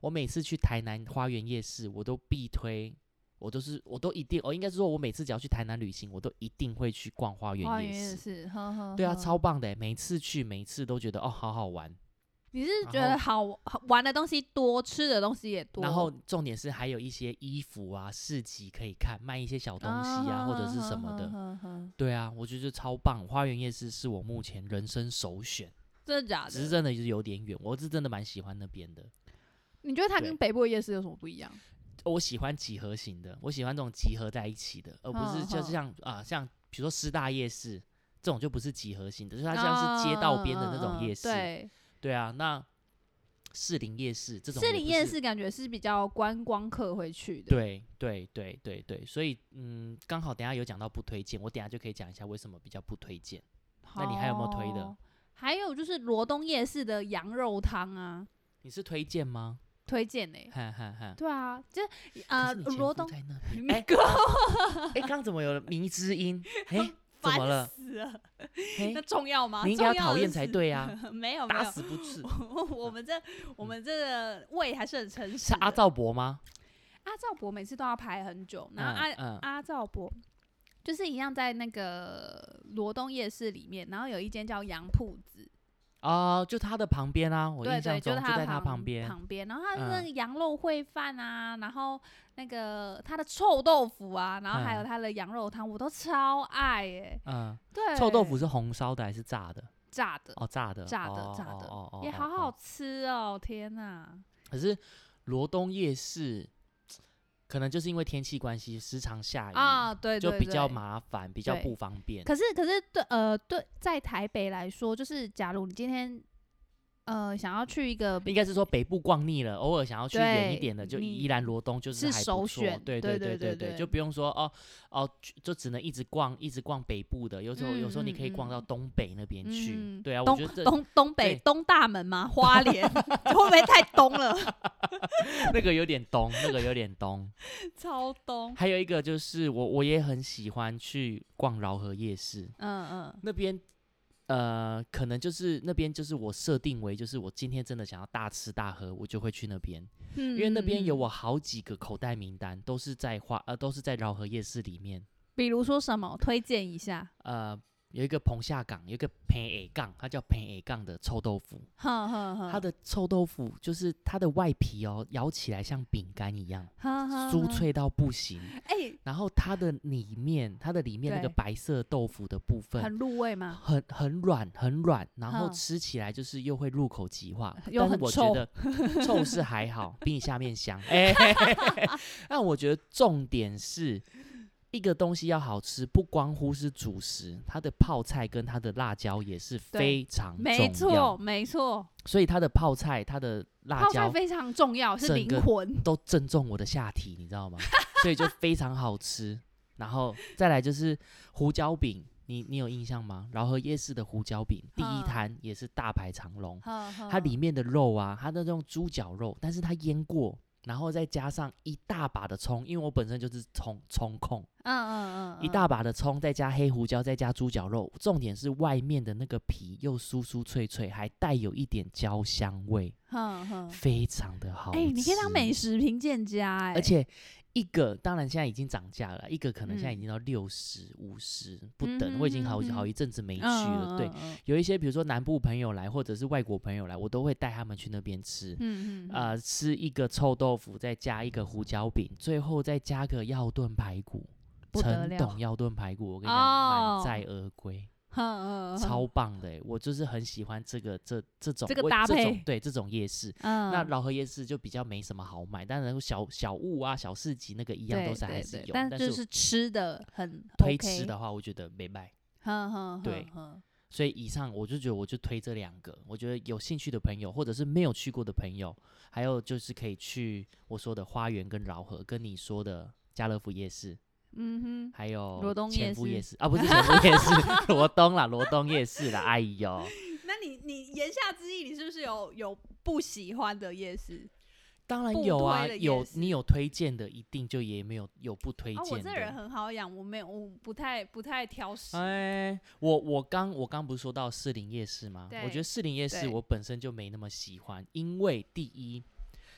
[SPEAKER 1] 我每次去台南花园夜市，我都必推。我都是，我都一定，我、哦应该是说，我每次只要去台南旅行，我都一定会去逛花
[SPEAKER 2] 花
[SPEAKER 1] 园
[SPEAKER 2] 园
[SPEAKER 1] 夜
[SPEAKER 2] 夜
[SPEAKER 1] 市。
[SPEAKER 2] 市，嗯呵呵
[SPEAKER 1] 对啊，
[SPEAKER 2] 呵
[SPEAKER 1] 超棒的欸，每次去，每次都觉得哦，好好玩。
[SPEAKER 2] 你是
[SPEAKER 1] 然
[SPEAKER 2] 觉得
[SPEAKER 1] 后
[SPEAKER 2] 好好玩的东西多，吃的东西也多，
[SPEAKER 1] 然后重点是还有一些衣服啊、市集可以看，卖一些小东西啊，或者是什么的。
[SPEAKER 2] 的，
[SPEAKER 1] 对啊，我觉得超棒，花园夜市是我目前人生首选，
[SPEAKER 2] 真的假
[SPEAKER 1] 只是
[SPEAKER 2] 的？
[SPEAKER 1] 真的就是有点远，我是真的蛮喜欢那边的。
[SPEAKER 2] 你觉得它
[SPEAKER 1] 对
[SPEAKER 2] 跟北部的夜市有什么不一样？
[SPEAKER 1] 我喜欢集合型的，我喜欢这种集合在一起的，而不是
[SPEAKER 2] 哼
[SPEAKER 1] 就
[SPEAKER 2] 哼
[SPEAKER 1] 像啊、像比如说师大夜市这种就不是集合型的，就是它像是街道边的那
[SPEAKER 2] 嗯嗯
[SPEAKER 1] 种
[SPEAKER 2] 嗯
[SPEAKER 1] 夜市。
[SPEAKER 2] 对，
[SPEAKER 1] 对啊，那士林夜市这种
[SPEAKER 2] 士
[SPEAKER 1] 也
[SPEAKER 2] 林
[SPEAKER 1] 不
[SPEAKER 2] 夜
[SPEAKER 1] 是
[SPEAKER 2] 市感觉是比较观光客会去的。
[SPEAKER 1] 对对对对对，所以嗯，刚好等一下有讲到不推荐，我等一下就可以讲一下为什么比较不推荐。
[SPEAKER 2] 好，
[SPEAKER 1] 那你还有没有推的
[SPEAKER 2] 哦还有就是罗东夜市的羊肉汤啊，
[SPEAKER 1] 你是推荐吗？
[SPEAKER 2] 推荐呢。
[SPEAKER 1] 哈哈哈。
[SPEAKER 2] 对啊，就是
[SPEAKER 1] 可
[SPEAKER 2] 呃
[SPEAKER 1] 是你前
[SPEAKER 2] 罗
[SPEAKER 1] 夫
[SPEAKER 2] 东，
[SPEAKER 1] 在那
[SPEAKER 2] 你
[SPEAKER 1] 边，哎
[SPEAKER 2] 给我
[SPEAKER 1] 哎，刚刚怎么有了迷之 音？哎，怎么
[SPEAKER 2] 烦
[SPEAKER 1] 了？
[SPEAKER 2] 死了，
[SPEAKER 1] 哎
[SPEAKER 2] 那，重要吗？
[SPEAKER 1] 你应该要
[SPEAKER 2] 重的
[SPEAKER 1] 讨厌才
[SPEAKER 2] 是。
[SPEAKER 1] 对啊，
[SPEAKER 2] 没有没
[SPEAKER 1] 打
[SPEAKER 2] 有，
[SPEAKER 1] 死不吃。
[SPEAKER 2] 我我们这我们这个胃还是很诚实
[SPEAKER 1] 是
[SPEAKER 2] 的。
[SPEAKER 1] 阿赵伯吗？
[SPEAKER 2] 阿赵伯每次都要排很久，
[SPEAKER 1] 嗯
[SPEAKER 2] 然后阿、
[SPEAKER 1] 嗯
[SPEAKER 2] 阿赵伯就是一样在那个罗东夜市里面，然后有一间叫杨铺子，
[SPEAKER 1] 哦，就他的旁边啊，我
[SPEAKER 2] 对
[SPEAKER 1] 印象
[SPEAKER 2] 对，
[SPEAKER 1] 中
[SPEAKER 2] 是
[SPEAKER 1] 就在他
[SPEAKER 2] 他
[SPEAKER 1] 旁边。
[SPEAKER 2] 旁边，然后他的那
[SPEAKER 1] 嗯
[SPEAKER 2] 个羊肉烩饭啊，然后那个他的臭豆腐啊，然后还有
[SPEAKER 1] 嗯
[SPEAKER 2] 他的羊肉汤，我都超爱耶、
[SPEAKER 1] 嗯，
[SPEAKER 2] 对，
[SPEAKER 1] 臭豆腐是红烧的还是炸的？
[SPEAKER 2] 炸的、
[SPEAKER 1] 哦，炸的，
[SPEAKER 2] 炸的
[SPEAKER 1] 哦
[SPEAKER 2] 炸
[SPEAKER 1] 哦
[SPEAKER 2] 的
[SPEAKER 1] 哦哦
[SPEAKER 2] 也
[SPEAKER 1] 哦
[SPEAKER 2] 好
[SPEAKER 1] 哦
[SPEAKER 2] 好吃哦，天哪！
[SPEAKER 1] 可是罗东夜市可能就是因为天气关系，时常下雨，
[SPEAKER 2] 啊，对
[SPEAKER 1] 就
[SPEAKER 2] 对对，
[SPEAKER 1] 比较麻烦，比较
[SPEAKER 2] 对
[SPEAKER 1] 不方便。
[SPEAKER 2] 可是，可是对呃，对，在台北来说，就是假如你今天呃想要去一个比
[SPEAKER 1] 应该是说北部逛腻了，偶尔想要去远一
[SPEAKER 2] 对
[SPEAKER 1] 点的，就
[SPEAKER 2] 你
[SPEAKER 1] 宜兰罗东就是
[SPEAKER 2] 是
[SPEAKER 1] 还不
[SPEAKER 2] 首
[SPEAKER 1] 错
[SPEAKER 2] 选
[SPEAKER 1] 对
[SPEAKER 2] 对
[SPEAKER 1] 对
[SPEAKER 2] 对
[SPEAKER 1] 对
[SPEAKER 2] 对对
[SPEAKER 1] 就不用说哦哦，就只能一直逛一直逛北部的，有时候有时候你可以逛到
[SPEAKER 2] 嗯嗯
[SPEAKER 1] 东北那边去。
[SPEAKER 2] 嗯
[SPEAKER 1] 对啊，我
[SPEAKER 2] 东
[SPEAKER 1] 觉得这
[SPEAKER 2] 东东北
[SPEAKER 1] 对
[SPEAKER 2] 东大 门吗？花莲 会不会太东了？
[SPEAKER 1] 那个有点东，那个有点东。
[SPEAKER 2] 超东。
[SPEAKER 1] 还有一个就是我我也很喜欢去逛饶河夜市
[SPEAKER 2] 嗯嗯
[SPEAKER 1] 那边。呃，可能就是那边就是我设定为，就是我今天真的想要大吃大喝，我就会去那边。
[SPEAKER 2] 嗯，
[SPEAKER 1] 因为那边有
[SPEAKER 2] 嗯，
[SPEAKER 1] 我好几个口袋名单，都是在花呃都是在饶河夜市里面。
[SPEAKER 2] 比如说什么推荐一下？
[SPEAKER 1] 呃，有一个棚下港，有一个平 A 杠，它叫平 A 杠的臭豆腐。
[SPEAKER 2] 哼哼哼，
[SPEAKER 1] 它的臭豆腐就是它的外皮哦，咬起来像饼干一样，
[SPEAKER 2] 哼哼
[SPEAKER 1] 酥
[SPEAKER 2] 哼。
[SPEAKER 1] 脆到不行。
[SPEAKER 2] 哎，
[SPEAKER 1] 然后它的里面，它的里面那个
[SPEAKER 2] 对
[SPEAKER 1] 白色豆腐的部分。
[SPEAKER 2] 很入味吗？
[SPEAKER 1] 很很软，很软，然后
[SPEAKER 2] 嗯
[SPEAKER 1] 吃起来就是又会入口即 化，
[SPEAKER 2] 又
[SPEAKER 1] 但是
[SPEAKER 2] 很
[SPEAKER 1] 我觉
[SPEAKER 2] 臭
[SPEAKER 1] 得臭是还好，比你下面 香。哎、嘿嘿嘿嘿但我觉得重点是一个东西要好吃，不光乎是主食，它的泡菜跟它的辣椒也是
[SPEAKER 2] 对
[SPEAKER 1] 非常
[SPEAKER 2] 没
[SPEAKER 1] 重
[SPEAKER 2] 错，
[SPEAKER 1] 要。
[SPEAKER 2] 没错，
[SPEAKER 1] 所以它的泡菜、它的辣
[SPEAKER 2] 泡菜
[SPEAKER 1] 椒
[SPEAKER 2] 非常重要，是
[SPEAKER 1] 整
[SPEAKER 2] 灵
[SPEAKER 1] 个
[SPEAKER 2] 魂。
[SPEAKER 1] 都正中我的下体，你知道 吗？所以就非常好吃。然后再来就是胡椒饼，你你有印象吗？饶河夜市的胡椒饼第一
[SPEAKER 2] 嗯
[SPEAKER 1] 摊也是大排长龙，它
[SPEAKER 2] 它
[SPEAKER 1] 里面的肉啊，它的那种猪脚肉，但是它腌过，然后再加上一大把的葱，因为我本身就是葱葱控，
[SPEAKER 2] 嗯嗯嗯，
[SPEAKER 1] 一大把的葱，再加黑胡椒，再加猪脚肉，重点是外面的那个皮又酥酥脆脆，还带有一点焦香味，
[SPEAKER 2] 哼哼，
[SPEAKER 1] 非常的好吃。
[SPEAKER 2] 嗯哎，你可以当美食评鉴家哎，
[SPEAKER 1] 而且一个当然现在已经涨价了，一个可能现在已
[SPEAKER 2] 嗯
[SPEAKER 1] 经到六十五十不
[SPEAKER 2] 嗯
[SPEAKER 1] 等，我已经
[SPEAKER 2] 哼
[SPEAKER 1] 好
[SPEAKER 2] 哼
[SPEAKER 1] 好
[SPEAKER 2] 哼
[SPEAKER 1] 一阵子没
[SPEAKER 2] 没
[SPEAKER 1] 去了。
[SPEAKER 2] 嗯
[SPEAKER 1] 对，有一些比如说南部朋友来，或者是外国朋友来，我都会带他们去那边吃。
[SPEAKER 2] 嗯嗯，嗯
[SPEAKER 1] 呃，吃一个臭豆腐，再加一个胡椒饼，最后再加个药炖排骨，
[SPEAKER 2] 不得
[SPEAKER 1] 陈
[SPEAKER 2] 了
[SPEAKER 1] 董药炖排骨，我跟你讲，满
[SPEAKER 2] 哦
[SPEAKER 1] 载而归，
[SPEAKER 2] 哼哼，
[SPEAKER 1] 超棒的欸、我就是很喜欢这个这这种
[SPEAKER 2] 这个
[SPEAKER 1] 我
[SPEAKER 2] 搭
[SPEAKER 1] 这
[SPEAKER 2] 配
[SPEAKER 1] 种对这种夜市，
[SPEAKER 2] 嗯，
[SPEAKER 1] 那
[SPEAKER 2] 嗯
[SPEAKER 1] 老河夜市就比较没什么好买，当然小小物啊、小市集那个一样
[SPEAKER 2] 对
[SPEAKER 1] 都是还
[SPEAKER 2] 对
[SPEAKER 1] 是
[SPEAKER 2] 对
[SPEAKER 1] 有，
[SPEAKER 2] 但
[SPEAKER 1] 但
[SPEAKER 2] 就是是吃的很
[SPEAKER 1] 推
[SPEAKER 2] OK
[SPEAKER 1] 吃，的话，我觉得没卖。
[SPEAKER 2] 哼哼，
[SPEAKER 1] 对
[SPEAKER 2] 哼哼
[SPEAKER 1] 所以以上我就觉得我就推这两个，我觉得有兴趣的朋友，或者是没有去过的朋友，还有就是可以去我说的花园跟饶河，跟你说的家乐福夜市，
[SPEAKER 2] 嗯
[SPEAKER 1] 还有
[SPEAKER 2] 罗东夜
[SPEAKER 1] 前夫
[SPEAKER 2] 市
[SPEAKER 1] 夜市啊，不是前夫夜市， 罗东啦，罗东夜市啦，哎 呦，
[SPEAKER 2] 哼，那你你言下之意，你是不是有有不喜欢的夜市？
[SPEAKER 1] 当然
[SPEAKER 2] 不
[SPEAKER 1] 有啊，
[SPEAKER 2] 推的夜
[SPEAKER 1] 有
[SPEAKER 2] 市
[SPEAKER 1] 你有推荐的，一定就也没有有不推
[SPEAKER 2] 啊，
[SPEAKER 1] 荐的。
[SPEAKER 2] 我这人很好养，我没有，我不太不太挑食。
[SPEAKER 1] 哎，我我刚我刚不是说到士林夜市吗？我
[SPEAKER 2] 对
[SPEAKER 1] 觉得士林夜市
[SPEAKER 2] 对
[SPEAKER 1] 我本身就没那么喜欢，因为第一，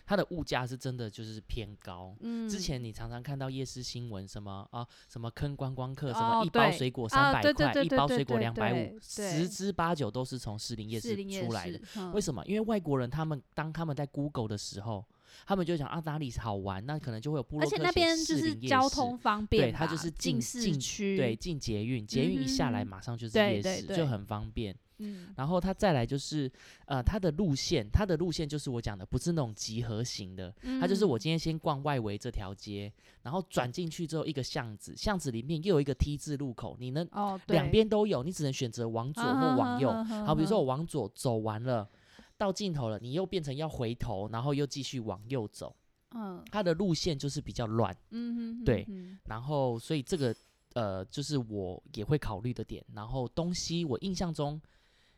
[SPEAKER 1] 它的物价是真的就是偏高。
[SPEAKER 2] 嗯
[SPEAKER 1] 之前你常常看到夜市新闻，什么啊，什么坑观光客，什
[SPEAKER 2] 哦
[SPEAKER 1] 么一包
[SPEAKER 2] 对
[SPEAKER 1] 水果
[SPEAKER 2] 啊
[SPEAKER 1] 三百
[SPEAKER 2] 对对
[SPEAKER 1] 块，
[SPEAKER 2] 对
[SPEAKER 1] 一
[SPEAKER 2] 对
[SPEAKER 1] 包
[SPEAKER 2] 对
[SPEAKER 1] 水果
[SPEAKER 2] 对
[SPEAKER 1] 两百
[SPEAKER 2] 对
[SPEAKER 1] 五，
[SPEAKER 2] 对
[SPEAKER 1] 十之八九都是从士林夜市
[SPEAKER 2] 士林夜
[SPEAKER 1] 出来的
[SPEAKER 2] 市。，嗯
[SPEAKER 1] 为什么？因为外国人他们当他们在 Google 的时候，他们就想啊哪里好玩，那可能就会有部落
[SPEAKER 2] 而
[SPEAKER 1] 客
[SPEAKER 2] 且
[SPEAKER 1] 写
[SPEAKER 2] 那边就
[SPEAKER 1] 士
[SPEAKER 2] 是
[SPEAKER 1] 林夜
[SPEAKER 2] 交
[SPEAKER 1] 市
[SPEAKER 2] 通方便吧，
[SPEAKER 1] 它就是
[SPEAKER 2] 近
[SPEAKER 1] 近
[SPEAKER 2] 市
[SPEAKER 1] 近
[SPEAKER 2] 区。
[SPEAKER 1] 对，，进捷运，捷运一下来
[SPEAKER 2] 嗯嗯哼
[SPEAKER 1] 马上就是
[SPEAKER 2] 对
[SPEAKER 1] 夜
[SPEAKER 2] 对
[SPEAKER 1] 市，
[SPEAKER 2] 对
[SPEAKER 1] 就很方便。
[SPEAKER 2] 嗯，
[SPEAKER 1] 然后它再来就是，呃，它的路线，它的路线就是我讲的，不是那种集合型的，它就是我
[SPEAKER 2] 嗯
[SPEAKER 1] 今天先逛外围这条街，然后转进去之后一个巷子，巷子里面又有一个 T 字路口，你能
[SPEAKER 2] 哦，
[SPEAKER 1] 两
[SPEAKER 2] 对
[SPEAKER 1] 边都有，你只能选择往左或往右。
[SPEAKER 2] 啊哈哈哈哈
[SPEAKER 1] 好，比如说
[SPEAKER 2] 哈
[SPEAKER 1] 我往左走完了。到尽头了，你又变成要回头，然后又继续往右走，
[SPEAKER 2] 嗯
[SPEAKER 1] 它的路线就是比较乱。
[SPEAKER 2] 嗯哼哼
[SPEAKER 1] 对
[SPEAKER 2] 哼
[SPEAKER 1] 然后所以这个呃，就是我也会考虑的点。然后东西我印象中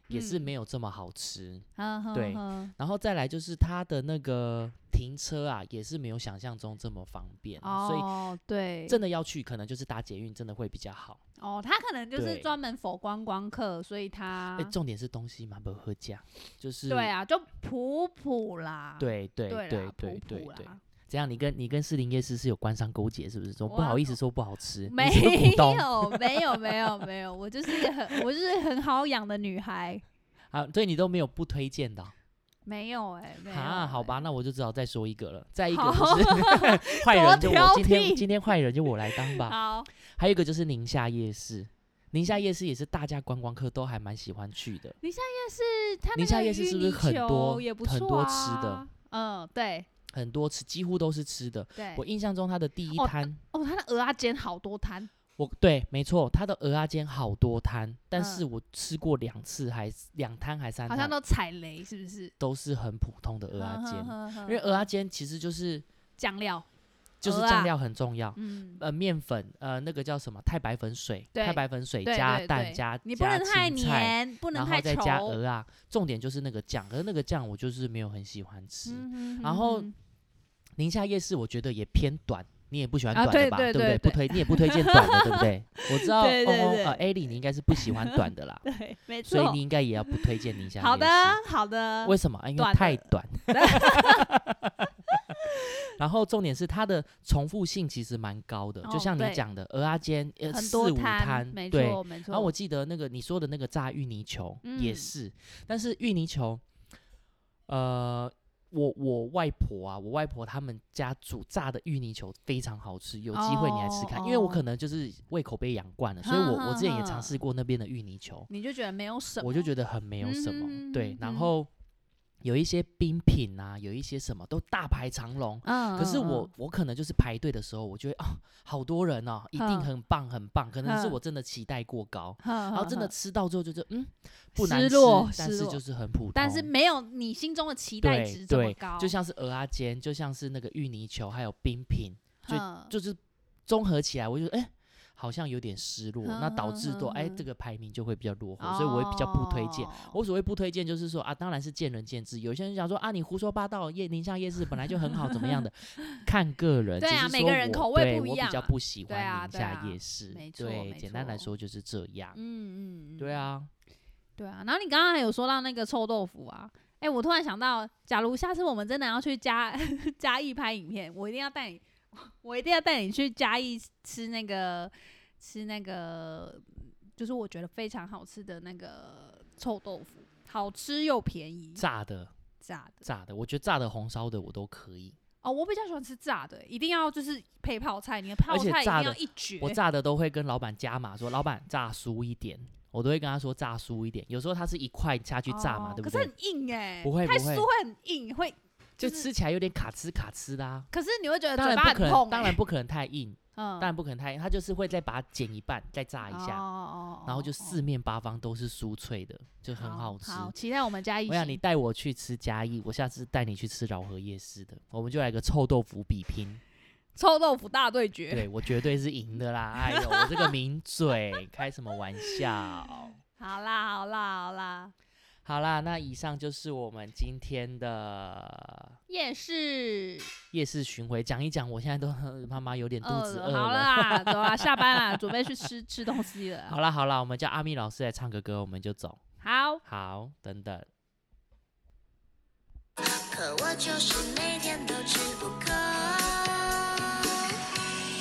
[SPEAKER 1] 也是
[SPEAKER 2] 嗯
[SPEAKER 1] 没有这么好吃，
[SPEAKER 2] 啊哈
[SPEAKER 1] 对
[SPEAKER 2] 哈
[SPEAKER 1] 然后再来就是它的那个停车啊，也是没有想象中这么方便，所以。
[SPEAKER 2] 哦，对，
[SPEAKER 1] 真的要去，可能就是搭捷运真的会比较好。
[SPEAKER 2] 哦，他可能就是
[SPEAKER 1] 对
[SPEAKER 2] 专门否观光客，所以他
[SPEAKER 1] 哎、重点是东西蛮不合价，就是
[SPEAKER 2] 啊对啊，就普普啦，
[SPEAKER 1] 对对
[SPEAKER 2] 对
[SPEAKER 1] 对
[SPEAKER 2] 啦
[SPEAKER 1] 对对
[SPEAKER 2] 普普
[SPEAKER 1] 对
[SPEAKER 2] 啦，
[SPEAKER 1] 这样你跟你跟士林夜市是有官商勾结，是不是？总
[SPEAKER 2] 我
[SPEAKER 1] 不
[SPEAKER 2] 要
[SPEAKER 1] 好意思说不好 吃，
[SPEAKER 2] 没
[SPEAKER 1] 你是不是股东
[SPEAKER 2] 有没有没有没有，我就是一个很我就是很好养的女孩，
[SPEAKER 1] 啊，对你都没有不推荐 的哦、
[SPEAKER 2] 没有哎，没有
[SPEAKER 1] 啊，好
[SPEAKER 2] 欸
[SPEAKER 1] 吧，那我就只好再说一个了。再一个
[SPEAKER 2] 好
[SPEAKER 1] 就是 坏人就
[SPEAKER 2] 多挑
[SPEAKER 1] 我今
[SPEAKER 2] 剔
[SPEAKER 1] 天今天坏人就我来当吧。
[SPEAKER 2] 欸好，
[SPEAKER 1] 还有一个就是宁夏夜市，宁夏夜市也是大家观光客都还蛮喜欢去的。
[SPEAKER 2] 是他
[SPEAKER 1] 宁夏夜市是不是很多
[SPEAKER 2] 也不
[SPEAKER 1] 很
[SPEAKER 2] 错
[SPEAKER 1] 多
[SPEAKER 2] 啊
[SPEAKER 1] 吃的？
[SPEAKER 2] 嗯，对
[SPEAKER 1] 很多吃几乎都是吃的。
[SPEAKER 2] 对。
[SPEAKER 1] 我印象中它的第一
[SPEAKER 2] 哦
[SPEAKER 1] 摊，
[SPEAKER 2] 哦，他的鹅啊煎好多摊，
[SPEAKER 1] 我对，没错，它的鹅阿啊煎好多摊，但
[SPEAKER 2] 嗯
[SPEAKER 1] 是我吃过两次还两摊还三
[SPEAKER 2] 好像
[SPEAKER 1] 摊，
[SPEAKER 2] 都踩雷，是不是？
[SPEAKER 1] 都是很普通的鹅阿煎，
[SPEAKER 2] 煎
[SPEAKER 1] 因为鹅阿啊煎其实就是
[SPEAKER 2] 酱料，
[SPEAKER 1] 就是
[SPEAKER 2] 蚵
[SPEAKER 1] 酱
[SPEAKER 2] 仔
[SPEAKER 1] 料很重要。
[SPEAKER 2] 嗯，
[SPEAKER 1] 呃，面粉，呃，那个叫什么？太白粉水，
[SPEAKER 2] 对
[SPEAKER 1] 太白粉水
[SPEAKER 2] 对
[SPEAKER 1] 加
[SPEAKER 2] 对
[SPEAKER 1] 蛋
[SPEAKER 2] 对
[SPEAKER 1] 加
[SPEAKER 2] 你不
[SPEAKER 1] 加
[SPEAKER 2] 能太
[SPEAKER 1] 青菜，
[SPEAKER 2] 黏，不能
[SPEAKER 1] 然
[SPEAKER 2] 太
[SPEAKER 1] 后再加
[SPEAKER 2] 稠。
[SPEAKER 1] 鹅啊。重点就是那个酱，可是那个酱我就是没有很喜欢吃。
[SPEAKER 2] 嗯哼哼
[SPEAKER 1] 然后
[SPEAKER 2] 哼
[SPEAKER 1] 宁夏夜市我觉得也偏短，你也不喜欢
[SPEAKER 2] 啊
[SPEAKER 1] 短的
[SPEAKER 2] 对
[SPEAKER 1] 吧？
[SPEAKER 2] 对
[SPEAKER 1] 不对？
[SPEAKER 2] 对
[SPEAKER 1] 不推你也不推荐短的，对不 对？我知道，
[SPEAKER 2] 对对
[SPEAKER 1] 哦
[SPEAKER 2] 对，
[SPEAKER 1] 呃，Ali 你应该是不喜欢短的啦
[SPEAKER 2] 对， 没
[SPEAKER 1] 所以
[SPEAKER 2] 错
[SPEAKER 1] 你。应该也要不推荐宁夏夜市。
[SPEAKER 2] 好的，好的
[SPEAKER 1] 为。什么？啊因为
[SPEAKER 2] 短的
[SPEAKER 1] 太 短。然后重点是它的重复性其实蛮高的，就
[SPEAKER 2] 哦
[SPEAKER 1] 像你
[SPEAKER 2] 对
[SPEAKER 1] 讲的，鹅阿煎呃
[SPEAKER 2] 很
[SPEAKER 1] 四
[SPEAKER 2] 多
[SPEAKER 1] 五
[SPEAKER 2] 摊，没
[SPEAKER 1] 对。
[SPEAKER 2] 错没错。
[SPEAKER 1] 然后我记得那个你说的那个炸芋泥球也
[SPEAKER 2] 嗯
[SPEAKER 1] 是，但是芋泥球，呃，我我外婆啊，我外婆他们家煮炸的芋泥球非常好吃，有机会你来吃看，因为我可
[SPEAKER 2] 哦
[SPEAKER 1] 能就是胃口被养惯了，所以我我之前也尝
[SPEAKER 2] 哼
[SPEAKER 1] 试过那边的芋泥球，
[SPEAKER 2] 你就觉得没有什么，
[SPEAKER 1] 我就觉得很没有什么。对
[SPEAKER 2] 嗯，
[SPEAKER 1] 然
[SPEAKER 2] 嗯
[SPEAKER 1] 后有一些冰品啊，有一些什么都大排长龙。
[SPEAKER 2] 嗯，嗯，
[SPEAKER 1] 可是我
[SPEAKER 2] 嗯
[SPEAKER 1] 我可能就是排队的时候，我就会啊，好多人哦，一定
[SPEAKER 2] 嗯
[SPEAKER 1] 很棒很棒。可能是
[SPEAKER 2] 嗯
[SPEAKER 1] 我真的期待过高，
[SPEAKER 2] 然
[SPEAKER 1] 然后真的，吃到之后就觉得嗯不难
[SPEAKER 2] 失
[SPEAKER 1] 吃
[SPEAKER 2] 落，
[SPEAKER 1] 但
[SPEAKER 2] 失
[SPEAKER 1] 是
[SPEAKER 2] 落
[SPEAKER 1] 就是很普通。
[SPEAKER 2] 但是没有你心中的期待值
[SPEAKER 1] 对
[SPEAKER 2] 这么
[SPEAKER 1] 对
[SPEAKER 2] 高，，
[SPEAKER 1] 就像是鹅阿煎，就像是那个芋泥球，还有冰品，
[SPEAKER 2] 嗯
[SPEAKER 1] 就是综合起来，我就哎。好像有点失落，那导致
[SPEAKER 2] 嗯哼
[SPEAKER 1] 说，哎，
[SPEAKER 2] 哼
[SPEAKER 1] 这个排名就会比较落后，所以我会比较不推荐。
[SPEAKER 2] 哦
[SPEAKER 1] 我所谓不推荐，就是说啊，当然是见仁见智。有些人想说啊，你胡说八道，夜宁夏夜市本来就很好，怎么样的， 看个人。
[SPEAKER 2] 对
[SPEAKER 1] 只
[SPEAKER 2] 啊
[SPEAKER 1] 是
[SPEAKER 2] 每
[SPEAKER 1] 说
[SPEAKER 2] 个人
[SPEAKER 1] 我
[SPEAKER 2] 口味
[SPEAKER 1] 对
[SPEAKER 2] 不一
[SPEAKER 1] 我
[SPEAKER 2] 样
[SPEAKER 1] 比较
[SPEAKER 2] 啊
[SPEAKER 1] 不喜
[SPEAKER 2] 对啊
[SPEAKER 1] 欢宁
[SPEAKER 2] 对
[SPEAKER 1] 夏
[SPEAKER 2] 啊
[SPEAKER 1] 夜市。
[SPEAKER 2] 没错
[SPEAKER 1] 对，
[SPEAKER 2] 没
[SPEAKER 1] 简单来
[SPEAKER 2] 错
[SPEAKER 1] 说就是这样。
[SPEAKER 2] 嗯嗯，嗯
[SPEAKER 1] 对，啊，
[SPEAKER 2] 对啊。然后你刚刚还有说到那个臭豆腐啊，哎，我突然想到，假如下次我们真的要去嘉 嘉义拍影片，我一定要带你，我一定要带你去嘉义吃那个吃那个，就是我觉得非常好吃的那个臭豆腐，好吃又便宜，
[SPEAKER 1] 炸的
[SPEAKER 2] 炸的。
[SPEAKER 1] 炸的，我觉得炸的红烧的我都可以，
[SPEAKER 2] 哦，我比较喜欢吃炸的，一定要就是配泡菜，你的泡
[SPEAKER 1] 而且
[SPEAKER 2] 菜一
[SPEAKER 1] 炸
[SPEAKER 2] 定要
[SPEAKER 1] 的
[SPEAKER 2] 一绝。
[SPEAKER 1] 我炸的都会跟老板加码说，老板炸酥一点，我都会跟他说炸酥一点。有时候他是一块下去炸嘛，
[SPEAKER 2] 哦
[SPEAKER 1] 对不
[SPEAKER 2] 可
[SPEAKER 1] 对？
[SPEAKER 2] 是很硬哎、
[SPEAKER 1] 不会
[SPEAKER 2] 太
[SPEAKER 1] 不会
[SPEAKER 2] 酥会很硬，会
[SPEAKER 1] 就
[SPEAKER 2] 就是
[SPEAKER 1] 吃起来有点卡哧卡哧的啊。
[SPEAKER 2] 可是你会觉得
[SPEAKER 1] 当
[SPEAKER 2] 嘴
[SPEAKER 1] 然
[SPEAKER 2] 巴
[SPEAKER 1] 不
[SPEAKER 2] 很
[SPEAKER 1] 可
[SPEAKER 2] 痛、欸
[SPEAKER 1] 能，当然，不可能太硬，当
[SPEAKER 2] 嗯，
[SPEAKER 1] 然不可能太硬，他就是会再把它剪一半，再炸一下。
[SPEAKER 2] 哦
[SPEAKER 1] 然后就四
[SPEAKER 2] 是
[SPEAKER 1] 面八方都是酥脆的，就很好吃。
[SPEAKER 2] 好，期待我们家一
[SPEAKER 1] 我想你带我去吃嘉义，我下次带你去吃饶河夜市的，我们就来个臭豆腐比 拼。
[SPEAKER 2] 臭豆腐大对决。
[SPEAKER 1] 对我绝对是赢的啦！哎呦，我这个名嘴，开什么玩笑？
[SPEAKER 2] 好啦，好啦，好啦，
[SPEAKER 1] 好啦，那以上就是我们今天的
[SPEAKER 2] 夜市
[SPEAKER 1] 夜市巡回，讲一讲，我现在都 妈妈有点肚子
[SPEAKER 2] 饿
[SPEAKER 1] 饿
[SPEAKER 2] 了，好
[SPEAKER 1] 了。
[SPEAKER 2] 啦，走啦，下班啦，准 备去吃吃东西了。
[SPEAKER 1] 好啦好啦，我们叫阿咪老师来唱个歌，我们就走。
[SPEAKER 2] 好，
[SPEAKER 1] 好，等等。
[SPEAKER 3] 可我就是每天都吃不够。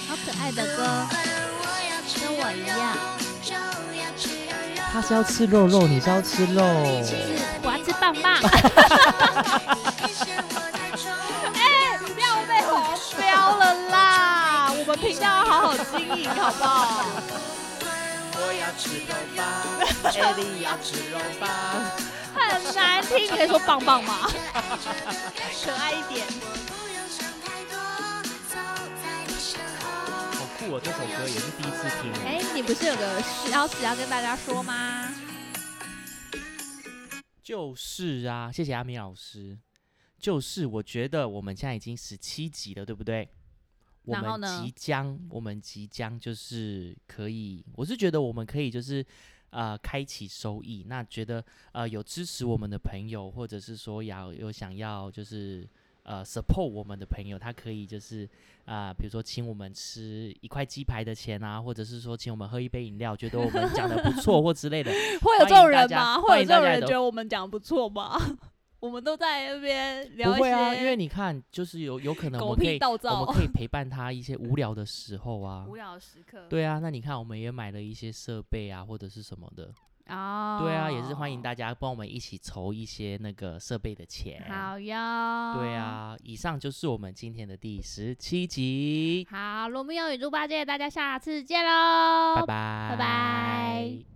[SPEAKER 2] 好可爱的
[SPEAKER 3] 饭
[SPEAKER 2] 歌，
[SPEAKER 3] 我要吃
[SPEAKER 2] 跟我一样
[SPEAKER 3] 肉肉要吃肉肉。
[SPEAKER 1] 他是要吃肉肉，你是要吃肉。
[SPEAKER 2] 是我要吃棒 棒。
[SPEAKER 3] 哎，
[SPEAKER 2] 不要被黄标 了啦！我们频道要好好经营，好不好？
[SPEAKER 3] 我要吃肉包，艾莉要吃肉包，
[SPEAKER 2] 很难听，你可以说棒棒吗？可爱一点。
[SPEAKER 1] 好酷哦，这首歌也是第一次听。
[SPEAKER 2] 哎，你不是有个消息要跟大家说吗？
[SPEAKER 1] 就是啊，谢谢阿米老师。就是我觉得我们现在已经十七集了，对不对？我
[SPEAKER 2] 然后
[SPEAKER 1] 们
[SPEAKER 2] 呢
[SPEAKER 1] 即将，我们即将就是可以，我是觉得我们可以就是呃开启收益。那觉得呃有支持我们的朋友，或者是说要有想要就是呃 support 我们的朋友，他可以就是啊、比如说请我们吃一块鸡排的钱啊，或者是说请我们喝一杯饮料，觉得我们讲的不 错或之类的，
[SPEAKER 2] 会有这种人吗？会
[SPEAKER 1] 欢
[SPEAKER 2] 有
[SPEAKER 1] 迎
[SPEAKER 2] 这
[SPEAKER 1] 大家欢迎大
[SPEAKER 2] 种人
[SPEAKER 1] 家的
[SPEAKER 2] 觉得我们讲得不错吗？ 我们都在那边聊
[SPEAKER 1] 不
[SPEAKER 2] 一
[SPEAKER 1] 会啊，因为
[SPEAKER 2] 些
[SPEAKER 1] 你看，就是有有可能我
[SPEAKER 2] 狗
[SPEAKER 1] 们可
[SPEAKER 2] 屁
[SPEAKER 1] 以
[SPEAKER 2] 道
[SPEAKER 1] 我
[SPEAKER 2] 灶
[SPEAKER 1] 们、可以陪伴他一些无聊的时候啊。
[SPEAKER 2] 无聊的时刻。
[SPEAKER 1] 对啊，那你看，我们也买了一些设备啊，或者是什么的。
[SPEAKER 2] 啊
[SPEAKER 1] 对啊，也是欢迎大家帮我们一起筹一些那个设备的钱。
[SPEAKER 2] 好哦哟。
[SPEAKER 1] 对。啊，以上就是我们今天的第十七集，
[SPEAKER 2] 好，罗密欧与猪八戒，大家下次见喽，
[SPEAKER 1] 拜拜，
[SPEAKER 2] 拜拜。